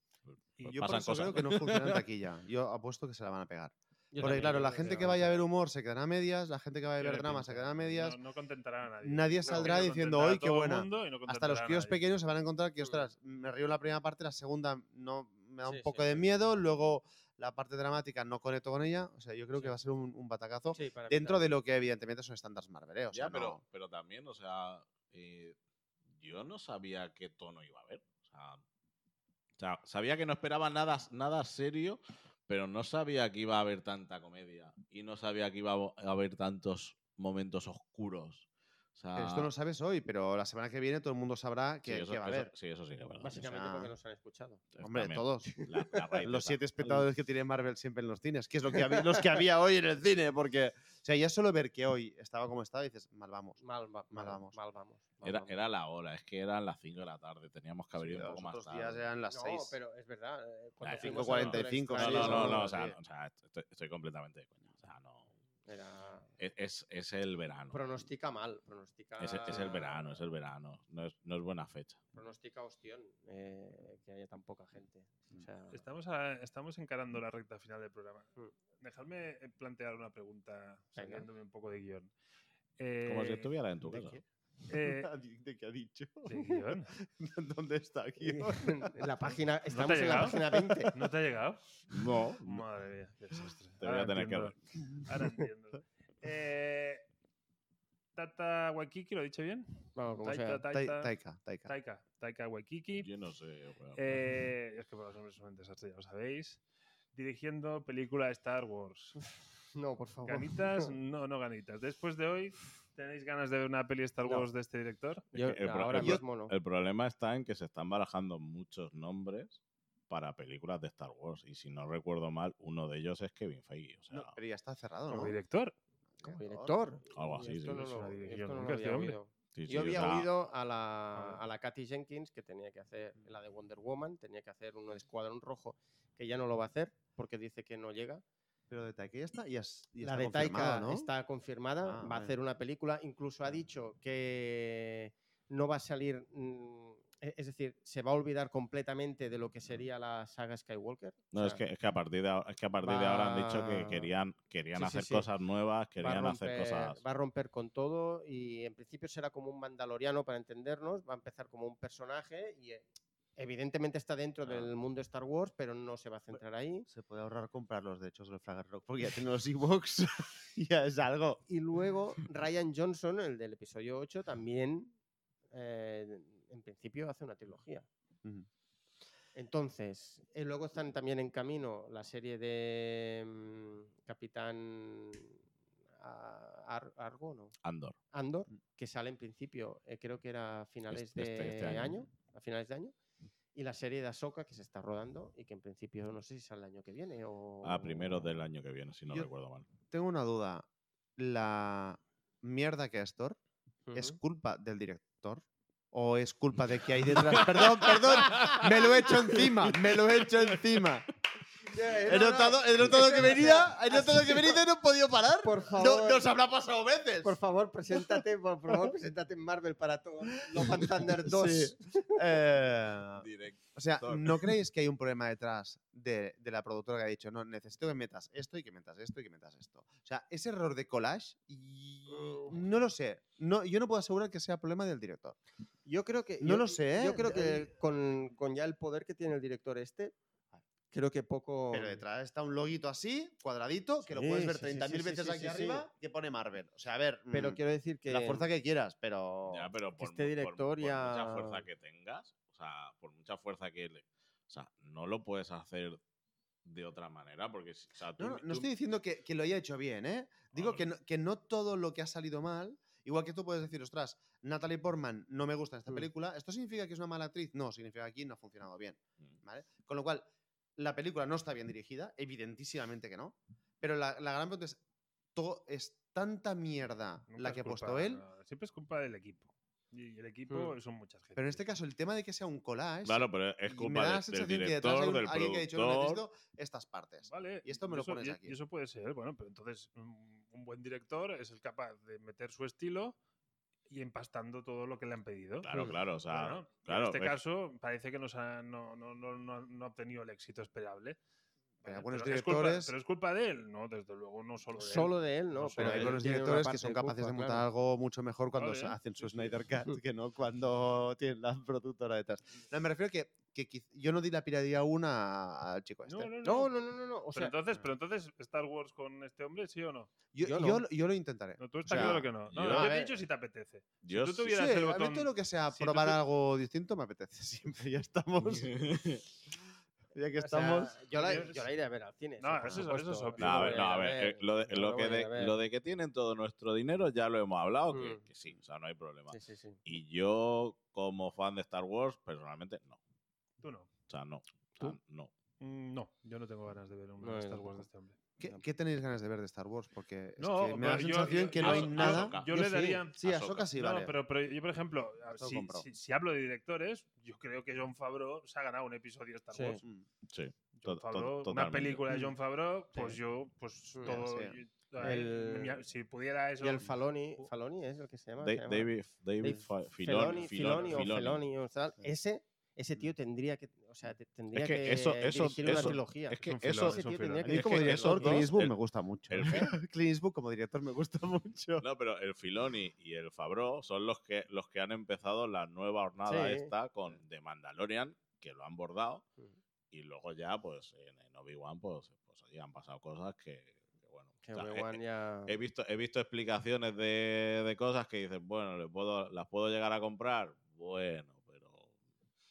Y
pues
Yo por
pasan
eso
cosas.
creo que no funciona en taquilla. Yo apuesto que se la van a pegar.
Yo
Porque
también
claro,
creo
la
que
gente
se
que
van a
vaya a
hacer.
ver humor se quedará a medias, la gente que vaya a ver
Tiene
drama
pinta.
se quedará a medias.
No, no contentarán a nadie.
Nadie
No,
saldrá
porque
diciendo,
contentará
"Ay,
a
qué
todo el
buena".
mundo y no
Hasta los
contentará a
críos
nadie.
pequeños se van a encontrar que,
Mm.
ostras, me río la primera parte, la segunda no me da
Sí,
un
sí,
poco de
sí.
miedo, luego la parte dramática no conecto con ella. O sea, yo creo
Sí.
que va a ser un, un batacazo
Sí, para mí
dentro
también.
de lo que evidentemente son estándares Marvel. ¿eh? O sea,
ya, pero,
no-
pero también, o sea, eh, yo no sabía qué tono iba a haber. O sea, o sea, sabía que no esperaba nada, nada serio, pero no sabía que iba a haber tanta comedia y no sabía que iba a bo- a haber tantos momentos oscuros. O sea,
Ah.
Esto no sabes hoy, pero la semana que viene todo el mundo sabrá
sí,
que,
eso,
que va a
eso-
haber.
sí, eso sí que es verdad.
Básicamente
sea,
porque nos han escuchado.
Eso
Hombre,
también.
todos.
La- la
[laughs]
raíz
Los
esa.
siete espectadores que tiene Marvel siempre en los cines, que es lo que había, los que había hoy en el cine, porque, o sea, ya solo ver que hoy estaba como estaba, dices, mal vamos.
Mal, va-
Mal
mal,
vamos.
vamos. Mal vamos. mal
Era,
vamos.
era la hora, es que eran las 5 de la tarde, teníamos que haber
Sí,
ido un
los
poco más
otros
tarde.
días eran las
No,
seis.
pero es verdad. eh, cuando
Nah,
fuimos a
5:45,
Doctor
No,
sí,
no,
eso
no,
no,
no, o sea,
sí.
o sea, estoy, estoy completamente de coña. O sea, no.
Strange era-
Es, e, es- es el verano.
Pronostica mal. Pronostica...
Es, es
Ah.
el verano, es el verano. No es, no es buena fecha.
Pronostica ostión eh, que haya tan poca gente. O
Mm.
sea,
Estamos, a- estamos encarando la recta final del programa.
Mm.
Dejadme eh, plantear una pregunta,
Venga.
sacándome un poco de guión.
Como si
Eh,
estuviera en tu
¿de
casa.
[laughs]
qué?
eh,
¿De qué ha dicho?
¿de guión?
¿Dónde está aquí?
[laughs]
en la página... Estamos en
llegado?
la página 20.
¿No te ha llegado?
[laughs]
[laughs]
No.
Madre mía, qué desastre.
Te voy a tener que
entiendo- [laughs] Ahora entiendo. Eh, Tata Waikiki, ¿lo he dicho bien?
Vamos, como
Taika,
sea.
Taika,
Taika, Taika.
Taika, Taika Waikiki.
Yo no sé. weón.
Eh, es que por los nombres son un desastre, ya lo sabéis. Dirigiendo película de Star Wars.
No, por favor.
[laughs]
¿Ganitas? No, no ganitas. Después de hoy, ¿tenéis ganas de ver una peli Star
No.
Wars de este director?
Yo,
Es que el pro-
ahora
el pro-
mismo no.
El problema está en que se están barajando muchos nombres para películas de Star Wars. Y si no recuerdo mal, uno de ellos es Kevin Feige. O sea,
No, pero ya está cerrado,
Como
¿no?
director.
Como director.
Algo
Y
así,
eh, esto
sí,
no
sí,
lo-
sí.
esto
Yo
no lo
nunca este
había
hombre.
oído.
sí, sí,
Yo
o
había
sea,
oído a la,
Vale.
a la Katy Jenkins que tenía que hacer
Mm.
la de Wonder Woman, tenía que hacer uno de Escuadrón Rojo, que ya no lo va a hacer porque dice que no llega.
Pero de Taika ya está, ya, es- ya
la
está
de Taika
confirmado, ¿no?
está confirmada,
Ah,
va
vale.
a hacer una película, incluso ha dicho que no va a salir, mm, e- es decir, se va a olvidar completamente de lo que sería la saga Skywalker. o
No, es que,
sea,
es que a partir de ahora, es que a partir de ahora han dicho que
va-
querían, querían
Sí, sí,
hacer
sí.
cosas nuevas,
va a
querían hacer
romper-
cosas.
Va a romper con todo y en principio será como un mandaloriano para entendernos, va a empezar como un personaje y eh, evidentemente está dentro
Ah.
del mundo Star Wars, pero no se va a centrar ahí.
Se puede ahorrar comprar los derechos del Fraggle Rock porque ya tiene los Evox. [laughs] ya es algo.
Y
[laughs]
luego Ryan Johnson, el del episodio 8, también eh, en principio hace una trilogía.
Ujú.
Entonces, eh, luego están también en camino la serie de mm, Capitán a Ar- Argo, ¿no?
Andor.
Andor,
Mm.
que sale en principio, eh, creo que era a finales
Este- este-
de
este año.
año. a finales de año,
Mm.
y la serie de Ahsoka que se está rodando y que en principio no sé si sale el año que viene o
Ah,
A
Oh.
primeros del año que viene, si no
Yo-
recuerdo mal.
Tengo una duda. ¿La mierda que es Thor
Ujú.
es culpa del director? ¿O es culpa de que
[laughs]
hay detrás? perdón, perdón. Me lo he hecho encima. Me lo he hecho encima. He
No, no,
notado, he notado
[laughs]
que venía. He notado que venía y no he podido parar.
Por
No-
favor,
nos habrá pasado veces.
por favor, preséntate,
[laughs]
por favor, preséntate en Marvel para todo. Love and Thunder 2.
Sí. [laughs] Eh,
Directo.
O sea,
Thor.
¿no creéis que hay un problema detrás de, de la productora que ha dicho, no, necesito que metas esto y que metas esto y que metas esto? O sea, ese error de collage, y- no lo sé. No, yo no puedo asegurar que sea problema del director.
Yo creo que
No
yo-
lo sé, ¿eh?
Yo creo que con, con ya el poder que tiene el director este, creo que poco
Pero detrás está un loguito así, cuadradito, que lo puedes
Sí,
ver
sí, sí,
30.000
sí, sí,
veces
sí,
aquí
sí, sí.
arriba, que pone Marvel. O sea, a ver,
pero
mm,
quiero decir que
la fuerza que quieras, pero...
Ya, pero por,
este
mu- por-
director
por
ya-
mucha fuerza que tengas, o sea, por mucha fuerza que le. O sea, no lo puedes hacer de otra manera, porque. si- O sea, tú,
No, no,
Em, tú-
no estoy diciendo que, que lo haya hecho bien, ¿eh? Digo que no, que no todo lo que ha salido mal, igual que tú puedes decir, ostras, Natalie Portman no me gusta en esta
Mm.
película, ¿esto significa que es una mala actriz? No, significa que aquí no ha funcionado bien,
Mm.
¿vale? Con lo cual, la película no está bien dirigida, evidentísimamente que no, pero la, la gran pregunta es, to- es tanta mierda
Nunca
la
es
que ha puesto
culpa-
él,
no, siempre es culpa del equipo. Y y el equipo son muchas gente.
pero en este caso el tema de que sea un collage...
Claro, pero es
y
culpa
me da
de-
la
del
sensación que detrás hay
director,
un-
del
alguien que ha dicho, no
productor.
necesito estas partes.
Vale,
Y esto me
y
lo
eso-
pones
y-
aquí.
Y eso puede ser, bueno, pero entonces un, un buen director es el capaz de meter su estilo y empastando todo lo que le han pedido.
Claro, claro, o sea,
Bueno,
claro,
en este
es-
caso parece que nos ha- no, no, no, no, no ha obtenido el éxito esperable.
Pero
Vale,
algunos
es culpa-
directores-
pero es culpa de él, no, desde luego, no solo de él.
solo de él, no,
No
pero
solo
Pero hay
él
buenos
tiene una
directores que
parte
son capaces de
culpa,
montar
claro.
algo mucho mejor cuando se
Vale.
hacen su
Sí, sí.
Snyder
[laughs]
Cut que no cuando [laughs] tienen la productora detrás.
Mm.
No, me refiero que, que quiz- yo no di la piratería una al chico este.
No, no, no.
No, no, no, no, no,
Pero,
O sea,
entonces, pero entonces, ¿Star Wars con este hombre, sí o no?
yo,
yo
yo,
no.
lo- yo lo intentaré.
No, tú estás
sea,
claro que no. No,
yo-
yo
A
te he
ver.
dicho si te apetece.
Yo
tú
sí-
tuvieras-
Sí,
el
a mí todo
botón.
lo que sea
Si tú
probar
tu-
algo distinto me apetece [laughs] siempre. Ya
[laughs]
estamos. ya que
o sea,
estamos.
yo, la,
Dios.
yo la iré a ver al cine.
No,
sí, por
eso es- eso
supuesto,
es
yo
obvio.
No, a
la
ver,
voy
no,
ir
a ver. eh, lo, de,
yo
lo
la voy
que
a ir
de-
a ver.
lo de que tienen todo nuestro dinero ya lo hemos hablado, que,
Mm.
que sí, o sea, no hay problema.
Sí, sí, sí.
Y yo, como fan de Star Wars, personalmente, no. O
Tú no.
sea, no. O sea, no.
Mm, No, yo no tengo ganas de ver un
No, yo
Star
tampoco.
Wars de este hombre.
¿Qué, qué tenéis ganas de ver de Star Wars? Porque es
No,
que me da la
pero yo-
sensación
yo-
que no hay
yo-
nada.
yo le
sí.
daría-
Sí,
Ahsoka.
Ahsoka sí,
no,
vale.
pero, pero yo, por ejemplo, a-
Esto lo
si,
compro.
si- si hablo de directores, yo creo que John Favreau se ha ganado un episodio de Star
Sí.
Wars.
Mm.
Sí.
John
To- to-
Favreau, una
totalmente.
película de John Favreau, pues
Mm. Sí.
yo, pues
Mm.
todo.
Sí.
yo- a ver,
El-
mira, si pudiera eso.
Y el Faloni, Faloni es el que se llama.
Da-
se llama
David, David
Dave
Fa-
Filoni,
Filoni,
Filoni o
Filoni.
Feloni o tal.
Sí.
Ese, ese tío tendría que, o sea, te- tendría
Es que eso- eso-
dirigir una
eso-
trilogía.
es que
un
eso-
filón,
Ese
es un
tío
filón.
tendría
A
que
mí
Es
como
que
director,
esos dos,
Clint Eastwood
el-
me gusta mucho. [laughs]
el-
Clint Eastwood como director me gusta [laughs] mucho.
[laughs] No, pero el Filoni y el Fabro son los que, los que han empezado la nueva jornada
Sí.
esta con The Mandalorian, que lo han bordado.
Sí.
Y luego ya, pues en, en Obi-Wan, pues, pues ahí han pasado cosas que, que, bueno.
Que
o sea, he-
Obi-Wan ya...
he, visto, he visto explicaciones de, de cosas que dices, bueno, ¿les puedo, ¿las puedo llegar a comprar? Bueno, pero.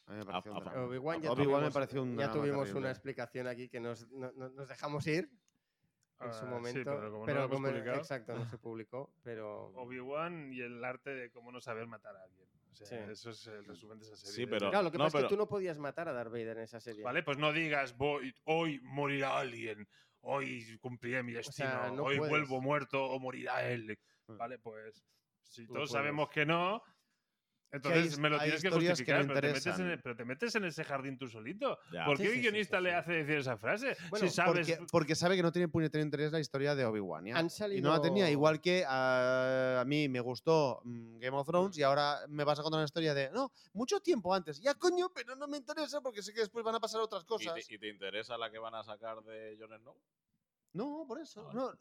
A mí me
A-
pareció un
a-
drama.
Obi-Wan ya
Obi-Wan me
tuvimos-
pareció un
Ya
drama
tuvimos
terrible.
una explicación aquí que nos, no- no- nos dejamos ir en
Ah, sí,
su momento.
pero como no lo hemos
como-
publicado.
exacto, no se publicó, pero...
Obi-Wan y el arte de cómo no saber matar a alguien. O sea,
Sí.
eso es el resumen de esa serie.
Sí,
de-
pero-
Claro, lo que
no,
pasa es
pero-
que tú no podías matar a Darth Vader en esa serie.
Vale, pues no digas, voy, hoy morirá alguien, hoy cumpliré mi destino,
sea, no
hoy
puedes. Ah.
vuelvo muerto o morirá él.
Mm.
Vale, pues si
No
todos sabemos que no,
hay
entonces
his-
me lo
hay
tienes que
historias que
justificar,
no
pero, te metes en el-
interesan.
pero te metes en ese jardín tú solito.
Ya.
¿Por qué
Sí,
el
sí, sí, sí,
guionista le
sí.
hace decir esa frase?
Bueno,
si sabes...
Porque, porque sabe que no tiene puñetero interés la historia de Obi-Wan. ya.
Han
Y no la tenía.
salido- [laughs]
Igual que ah, a, mí me gustó mm, Game of Thrones y ahora me vas a contar una historia de. No, mucho tiempo antes. Ya coño, pero no me interesa porque sé que después van a pasar otras
¿Y te-
cosas.
¿Y te interesa la que van a sacar de Jon Snow?
No, por
Ah,
eso.
vale.
No.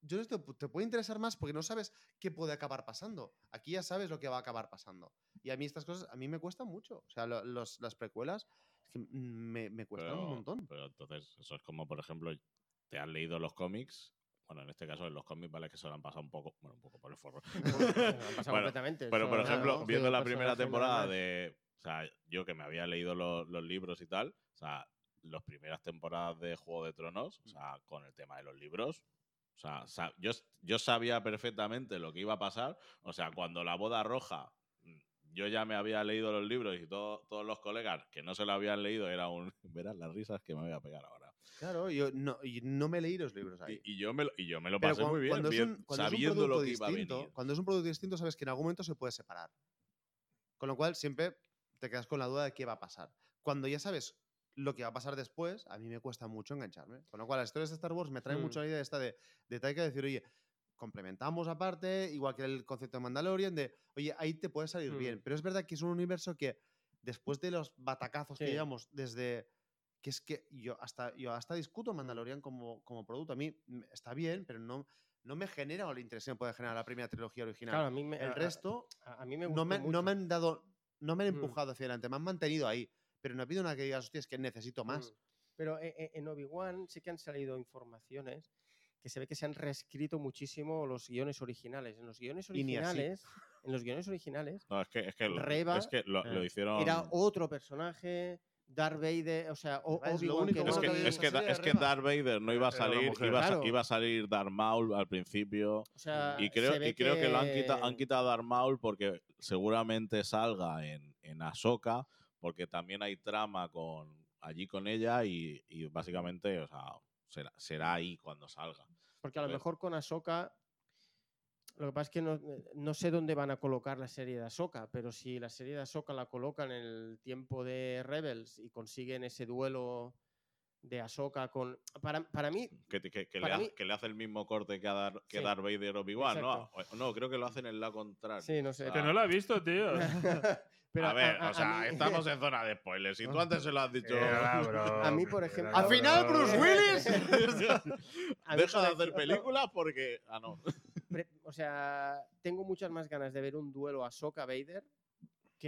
Yo no sé, te, te puede interesar más porque no sabes qué puede acabar pasando. Aquí ya sabes lo que va a acabar pasando. Y a mí estas cosas, a mí me cuestan mucho. O sea, lo- los- las precuelas es que mm, me, me cuestan un montón.
Pero entonces, eso es como, por ejemplo, te han leído los cómics. Bueno, en este caso, en los cómics, vale, que se lo han pasado un poco, bueno, un poco por el
[laughs]
forro. [laughs] Bueno, pero, por
Claro,
ejemplo,
sí,
viendo
pues,
la primera temporada de. O sea, yo que me había leído lo- los libros y tal, o sea, las primeras temporadas de Juego de Tronos, o sea, con el tema de los libros, O sea, sa- yo, yo sabía perfectamente lo que iba a pasar. O sea, cuando la boda roja, mm, yo ya me había leído los libros y todo- todos los colegas que no se lo habían leído, era un... [laughs] Verás las risas que me voy a pegar ahora.
Claro, yo no, y no me leí los libros ahí.
Y, y yo, me lo, y yo me lo
Pero
pasé
cuan-
muy bien,
cuando es
bien-
un- cuando es un
sabiendo lo
producto
que iba a
distinto,
venir.
Cuando es un producto distinto, sabes que en algún momento se puede separar. Con lo cual, siempre te quedas con la duda de qué va a pasar. Cuando ya sabes lo que va a pasar después, a mí me cuesta mucho engancharme. Con lo cual, las historias de Star Wars me traen
Mm.
mucho la idea esta de, de Taika decir, oye, complementamos aparte, igual que el concepto de Mandalorian, de, oye, ahí te puede salir
Mm.
bien. Pero es verdad que es un universo que, después de los batacazos que
Sí.
llevamos desde que es que yo hasta, yo hasta discuto Mandalorian como, como producto. A mí mm, está bien, pero no, no me genera la impresión que puede generar la primera trilogía original.
Claro, a mí me, a-
El
a-
resto
a, a mí me
no
gustó
me,
mucho.
no me han dado, no me han
Mm.
empujado hacia adelante, me han mantenido ahí. Pero no ha habido una que digas, hostia, es que necesito más.
Mm. Pero e- e- en Obi-Wan sí que han salido informaciones que se ve que se han reescrito muchísimo los guiones originales. En los guiones
Y ni así.
originales, en los guiones originales
[laughs] No, es que, es que, lo,
Reba,
es que lo, lo
eh,
hicieron...
era otro personaje, Darth Vader, o sea, o-
Es lo
Obi-Wan
único
que
bueno
es
no
que,
que
es
había en
es-
que
esa
Da-
serie
es
de
que
Reba.
Darth Vader no iba a
Era una
salir,
mujer.
iba a, sa-
Claro.
iba a salir Darth Maul al principio.
o sea,
Y
se
creo,
ve
y creo que, lo han quitado, han quitado a Darth Maul porque seguramente salga en, en Ahsoka, porque también hay trama con allí con ella y, y básicamente, o sea, será, será ahí cuando salga.
Porque a lo
Vale.
mejor con Ahsoka. Lo que pasa es que no, eh, no sé dónde van a colocar la serie de Ahsoka, pero si la serie de Ahsoka la colocan en el tiempo de Rebels y consiguen ese duelo de Ahsoka con. Para, para mí,
Que, te- que- que le,
Para
ha-
mí-
que le hace el mismo corte que, a Dar- que
Sí.
Darth Vader Obi-Wan, ¿no? No, creo que lo hacen en la contraria.
sí, no sé.
Que no lo he visto,
[laughs]
tío.
pero
Ah, a ver, o sea,
mí- [laughs]
estamos en zona de spoilers. Si tú antes se lo has dicho.
Eh,
ah,
A mí, por ejemplo-
Al final, Bruce
[laughs]
Willis.
[laughs] a mí,
Deja
por
de hacer
ejemplo,
películas porque. Ah, no.
pre- O sea, tengo muchas más ganas de ver un duelo Ahsoka-Vader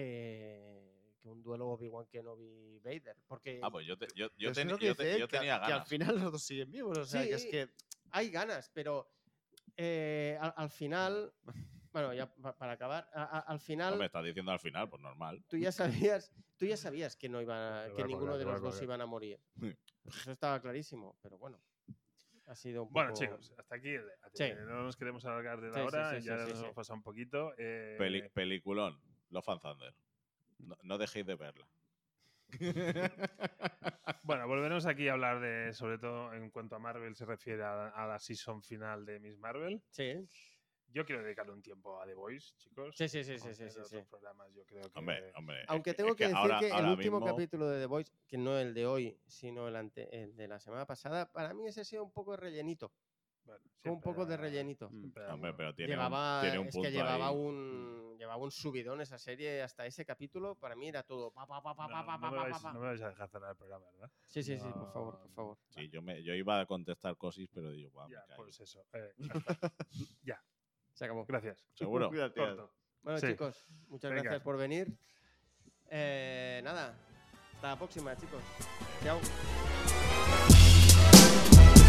que, que un duelo Obi-Wan Kenobi-Vader. Porque
Ah, pues yo, te- yo, yo
Pero es
ten-
lo que
yo te-
dice él,
yo
que a-
tenía
Que al
ganas.
final los dos siguen vivos. O sea, que es
Sí.
que
hay ganas, pero eh, al,
[laughs]
al final, bueno, ya pa- para acabar, a- a- al
No
final
me estás diciendo al final, pues normal.
tú ya sabías, tú ya sabías que no iba,
Te voy
que
a
ninguno
colgar, te
de
voy a
los dos
colgar.
iban a morir. Pues
Sí.
Eso estaba clarísimo, pero bueno, ha sido un
Bueno,
poco-
chicos, hasta aquí. el debate.
Oh. Sí.
No nos queremos alargar de la
Sí, sí,
hora,
sí, sí,
ya
sí,
nos
sí.
hemos pasado un poquito. eh,
Peli- peliculón. Los Fan Thunder. No, no dejéis de verla.
Bueno, volveremos aquí a hablar de, sobre todo en cuanto a Marvel se refiere a, a la season final de Miss Marvel.
Sí,
Yo quiero dedicarle un tiempo a The Voice, chicos.
sí, sí, sí, sí,
Como
sí,
en
sí, sí.
otros programas yo creo que...
Hombre, hombre. es
Aunque
es
tengo que, decir
ahora-
que el
ahora
último
mismo-
capítulo de The Voice, que no el de hoy, sino el, ante- el de la semana pasada, para mí ese ha sido un poco rellenito,
bueno,
fue un
siempre
poco de
da-
rellenito.
Mm,
siempre da
Hombre,
algo.
pero tiene
llevaba,
un, tiene un
es
punto
que llevaba
ahí.
un llevaba un subidón esa serie hasta ese capítulo para mí era todo pa, pa, pa, pa, pa,
No,
pa,
no me
pa,
vais-
pa, pa.
no me vais a dejar cerrar el programa, ¿verdad?
sí sí sí por favor
No,
por favor
Sí, yo, me, yo iba a contestar cosis, pero digo, guau, me
Ya,
callo.
pues eso. eh, ya está. ya,
se acabó
gracias.
[laughs]
Seguro.
Gracias.
Corto.
bueno
Sí.
chicos muchas
Venga.
gracias por venir Eh, nada hasta la próxima chicos chao